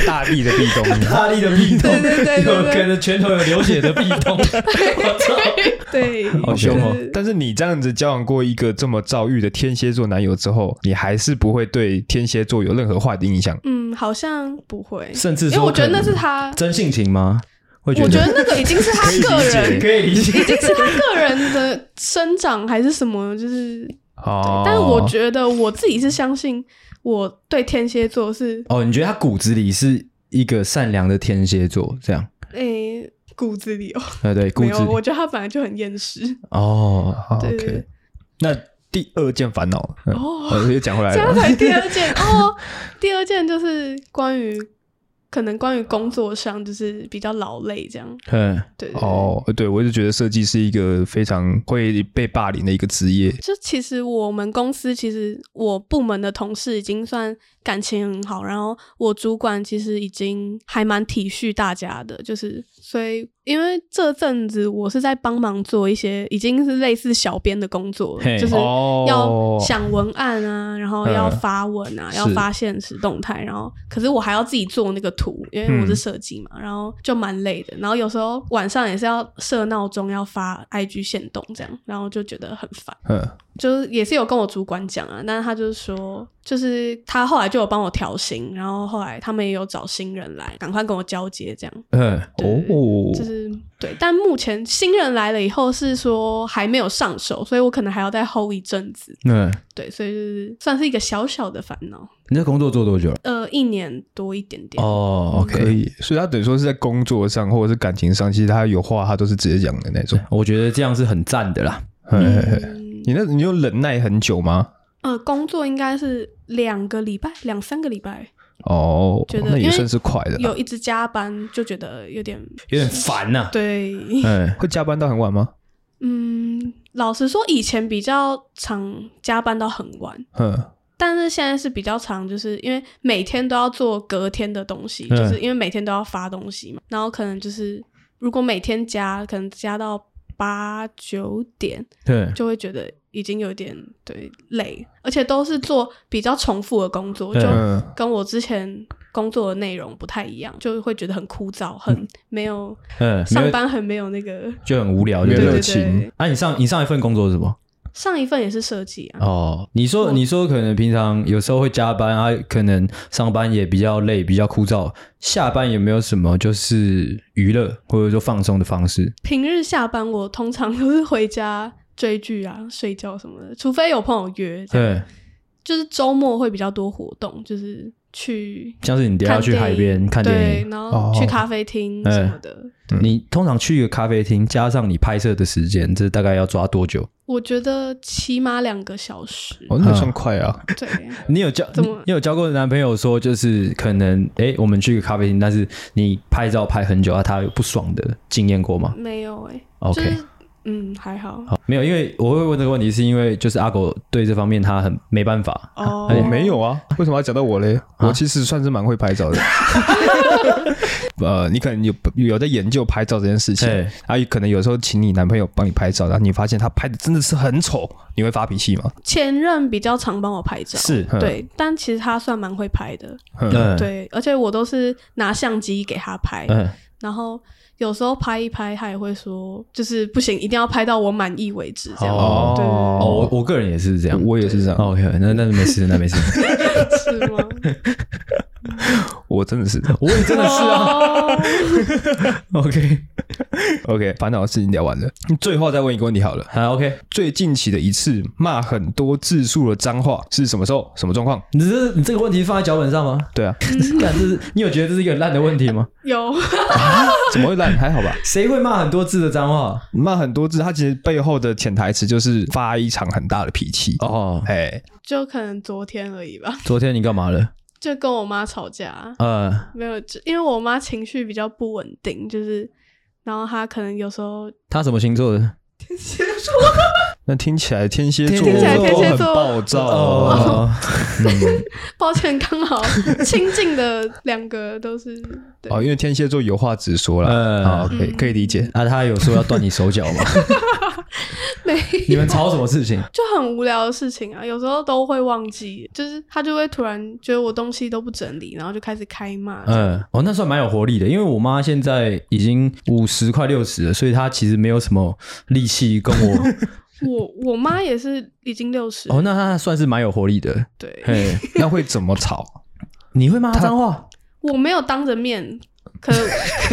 大力的壁咚，
大力的壁咚，
对对对对对
有可能拳头有流血的壁
*laughs*
咚。我操！
*laughs* 对，
好凶哦
就是
但是你这样子交往过一个这么躁郁的天蝎座男友之后，你还是不会对天蝎座有任何坏的印象。
嗯，好像不会，
甚至
因
说
为我觉得
可能
那是他，
真性情吗？会
我觉得那个已经是他个人，
*laughs* 可以理解
已经是他个人的生长还是什么，就是
哦
对，但是我觉得我自己是相信我对天蝎座是
哦，你觉得他骨子里是一个善良的天蝎座，这样？
诶、骨子里哦，
呃，对，
没
骨
有
子，里
我觉得他本来就很厌世。
哦。
哦
对
OK，
那
第二件烦恼了。嗯
哦
我又讲回来
这样
了。
才第二件哦，第二件就是关于可能关于工作上就是比较劳累这样，
嗯，
对对对
哦，对，我就觉得设计是一个非常会被霸凌的一个职业。
就其实我们公司，其实我部门的同事已经算感情很好，然后我主管其实已经还蛮体恤大家的，就是所以因为这阵子我是在帮忙做一些已经是类似小编的工作
嘿
了，就是
哦
要想文案啊，然后要
嗯
发文啊，
是
要发现实动态，然后可是我还要自己做那个图，因为我
嗯
是设计嘛，然后就蛮累的，然后有时候晚上也是要设闹钟，要发 IG 限动这样，然后就觉得很烦。
嗯，
就是也是有跟我主管讲啊，但是他就是说，就是他后来就有帮我调薪，然后后来他们也有找新人来，赶快跟我交接这样。
*laughs*
嗯，
哦，
就是对，但目前新人来了以后是说还没有上手，所以我可能还要再 hold 一阵子。
嗯，
对，所以就是算是一个小小的烦恼。
你这工作做多久了？
呃，一年多一点点。
哦，OK，
可以。所以他等于说是在工作上或者是感情上，其实他有话他都是直接讲的那种。
我觉得这样是很赞的啦。
嘿嘿嘿
嗯，
你那你有忍耐很久吗？
呃，工作应该是两个礼拜，两三个礼拜，
哦，
觉得
那
因
也
为
算是快的啦。
有一直加班，就觉得有点
有点烦啊呐、
对。
嗯，
会加班到很晚吗？
嗯，老实说，以前比较常加班到很晚，
嗯，
但是现在是比较常，就是因为每天都要做隔天的东西，
嗯
就是因为每天都要发东西嘛，然后可能就是如果每天加，可能加到八九点，
对，
就会觉得已经有点对累，而且都是做比较重复的工作，
嗯
就
嗯，
跟我之前工作的内容不太一样，就会觉得很枯燥，很没有
嗯，没
上
有
班很没有那个。
就很无聊，就
没有
对对
热
对
是。
情。
啊，你上你上一份工作是什么？
上一份也是设计啊，
哦，你说
我
你说可能平常有时候会加班啊，可能上班也比较累，比较枯燥。下班有没有什么就是娱乐或者说放松的方式？
平日下班我通常都是回家追剧啊、睡觉什么的，除非有朋友约这样。
对，
就是周末会比较多活动，就是去
像是你等一下
看
要去海边看电
对，
影，
然
哦
后去咖啡厅
哎
什么的。
你通常去一个咖啡厅，加上你拍摄的时间，这大概要抓多久？
我觉得起码两个小时，
哦，那也算快啊。
对，
你有交
怎么
你有交过男朋友说就是可能哎、诶我们去一个咖啡厅，但是你拍照拍很久啊，他有不爽的经验过吗
没有哎、
哦？OK，啊
就是嗯还好
好，没有，因为我会问这个问题，是因为就是阿狗对这方面他很没办法。
哦，
我没有啊，为什么要讲到我嘞？我其实算是蛮会拍照 *laughs* 的。呃，你可能有有在研究拍照这件事情，
嘿
啊，可能有时候请你男朋友帮你拍照，然后你发现他拍的真的是很丑，你会发脾气吗？
前任比较常帮我拍照，
是，
对，但其实他算蛮会拍的，
嗯，
对，而且我都是拿相机给他拍，
嗯，
然后有时候拍一拍，他也会说，就是不行，一定要拍到我满意为止，这样、
哦
对
哦，我我个人也是这样。
我也是这样，
OK，那那没事，那没事。
是吗？ *laughs*
我真的是
*laughs* 我也真的是啊。*laughs*
哦
OK，
OK。烦恼的事情聊完了， *laughs* 最后再问一个问题好了。
*laughs* 好 OK，
最近期的一次骂很多字数的脏话是什么时候？什么状况？
你这你这个问题放在脚本上吗？ *laughs*
对啊，
干，这是你有觉得这是一个很烂的问题吗？
*laughs* 有，
*laughs* 怎么会烂？还好吧。
*laughs* 谁会骂很多字的脏话？
骂很多字，它其实背后的潜台词就是发一场很大的脾气。
哦，
哎，
就可能昨天而已吧，
昨天你干嘛了？
就跟我妈吵架，
呃，
没有，就因为我妈情绪比较不稳定，就是，然后她可能有时候
他什么星座的？
那听起来天蝎座
听起来天蝎
很
座
暴躁哦。
哦， *laughs*
抱歉，刚好亲近的两个都是对，
哦，因为天蝎座有话直说
嗯
了，可以可以理解。
啊，他有说要断你手脚吗？
*laughs* 没
你们吵什么事情？
就很无聊的事情啊，有时候都会忘记，就是她就会突然觉得我东西都不整理，然后就开始开骂，
嗯，哦，那算蛮有活力的，因为我妈现在已经五十快六十了，所以她其实没有什么力气跟我。
我我妈也是已经六十、
哦，那她算是蛮有活力的。
对，
嘿，
那会怎么吵？
你会骂她脏话？
我没有当着面，可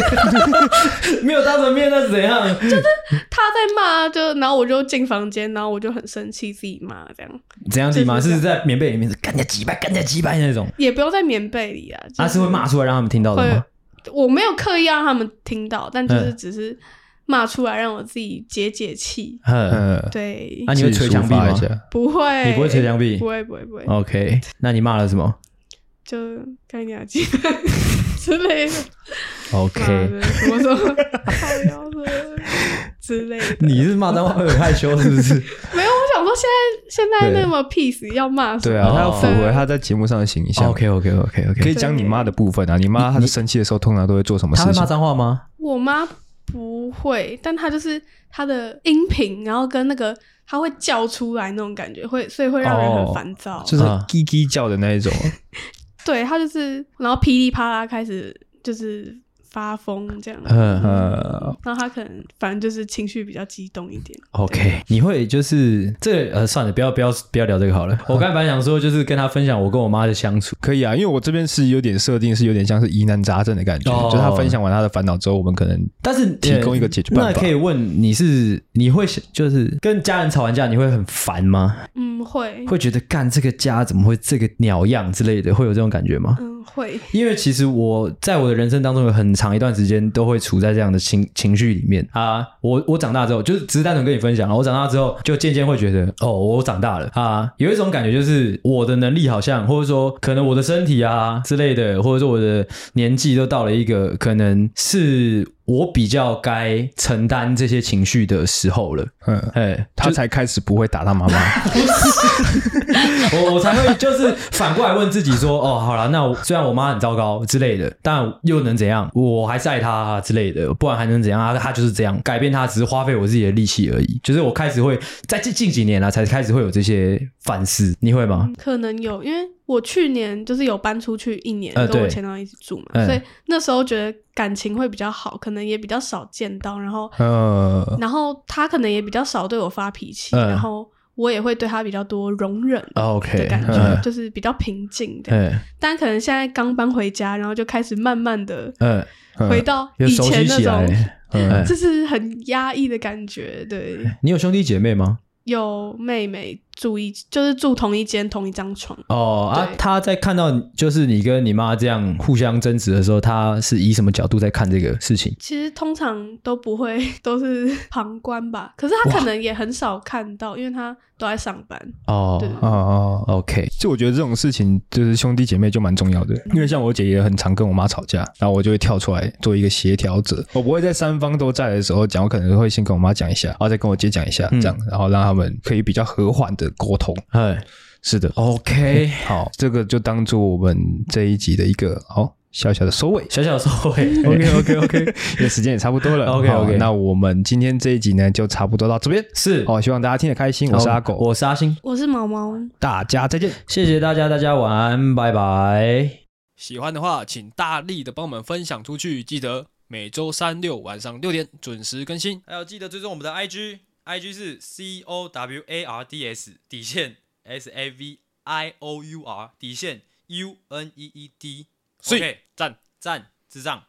*laughs* 没有当着面那是怎样？
她在骂，就然后我就进房间，然后我就很生气，自己骂这样，
*laughs* 怎样地骂？
就是
是在棉被里面干掉几百，干掉几百那种。
也不用在棉被里啊，就
她是会骂出来让他们听到的
会
吗？，
我没有刻意让他们听到，但就是
嗯
只是骂出来，让我自己解解气。
嗯，
嗯，
对，
那、你会捶墙壁吗
自己抒发一？下
不会，
你不会捶墙壁哦
不会，不会，不会，
？OK，那你骂了什么
就干你娘鸡蛋之类的，妈
？OK，
的什么什么 *laughs* 靠腰的之类的。
你是骂脏话会很害羞是不 *laughs* 是？
没有，我想说现在现在那么 peace 要骂什
对
么？
啊，
哦
他要符合他在节目上的形象。
OK OK OK
可
OK，
以讲你妈的部分啊，你妈她生气的时候通常都会做什么事
他会
情
骂？脏话吗？
我妈不会，但她就是她的音频，然后跟那个她会叫出来那种感觉，会所以会让人
哦
很烦躁。
就是
啊
叽叽叫的那一种，
对她就是，然后噼里啪啦开始就是发疯这样。
嗯
呃，
然后她可能反正就是情绪比较激动一点。
OK，你会就是这个呃，算了，不要不要不要聊这个好了。我刚才本来想说，就是跟他分享我跟我妈的相处。
可以啊，因为我这边是有点设定，是有点像是疑难杂症的感觉，
哦
就是他分享完他的烦恼之后，我们可能
但是
提供一个解决办法
那可以问你是你会就是跟家人吵完架，你会很烦吗？
嗯，会，
会觉得干这个家怎么会这个鸟样之类的，会有这种感觉吗？
嗯，会，
因为其实我在我的人生当中有很长一段时间都会处在这样的情情绪里面啊。我我长大之后，就是只是单纯跟你分享，我长大之后就渐渐会觉得，哦，我长大了啊，有一种感觉就是我的能力好像，或者说可能我的身体啊之类的，或者说我的年纪都到了一个可能是我比较该承担这些情绪的时候了。
嗯，
哎，
他才开始不会打他妈妈。
我我才会就是反过来问自己说，哦，好了，那我虽然我妈很糟糕之类的，但又能怎样？我还是爱她啊之类的，不然还能怎样啊？她就是这样，改变她只是花费我自己的力气而已。就是我开始会在近近几年啊，才开始会有这些反思，你会吗？
可能有，因为我去年就是有搬出去一年，
呃
跟我
对
前男友一起住嘛，
嗯
所以那时候觉得感情会比较好，可能也比较少见到，然后，
嗯，
然后他可能也比较少对我发脾气，
嗯
然后我也会对他比较多容忍的
OK，
感觉，
嗯
就是比较平静的。
嗯
但可能现在刚搬回家，然后就开始慢慢的
嗯，
回到
又
以
熟悉
前那
起
种，
来。
*laughs*
嗯，
就是很压抑的感觉，对。
你有兄弟姐妹吗？
有妹妹住一，就是住同一间同一张床。
哦啊
对，
他在看到就是你跟你妈这样互相争执的时候，他是以什么角度在看这个事情？
其实通常都不会， *laughs* 都是旁观吧。可是他可能也很少看到，因为他都在上班。
哦
对
哦哦，
，OK，
就我觉得这种事情就是兄弟姐妹就蛮重要的，
嗯
因为像我姐也很常跟我妈吵架，然后我就会跳出来做一个协调者，我不会在三方都在的时候讲，我可能会先跟我妈讲一下，然后再跟我姐讲一下，
嗯
这样，然后让他们可以比较和缓的沟通。
哎
是的，
*laughs*
，OK，
好，这个就当做我们这一集的一个好小小的收尾。
小小收尾
OK OK OK，因为时间也差不多了。
*laughs* OK，
好
OK
那我们今天这一集呢就差不多到这边。
*laughs* 是，
好，希望大家听得开心。我是阿狗，
我是阿星，
我是毛毛，
大家再见。
谢谢大家，大家晚安，拜拜。
喜欢的话，请大力的帮我们分享出去，记得每周三六晚上六点准时更新。
还有记得追踪我们的 IG，IG 是 C O W A R D S 底线 S A V I O U R 底线 U N E E D。
所以
OK，
赞
赞智障。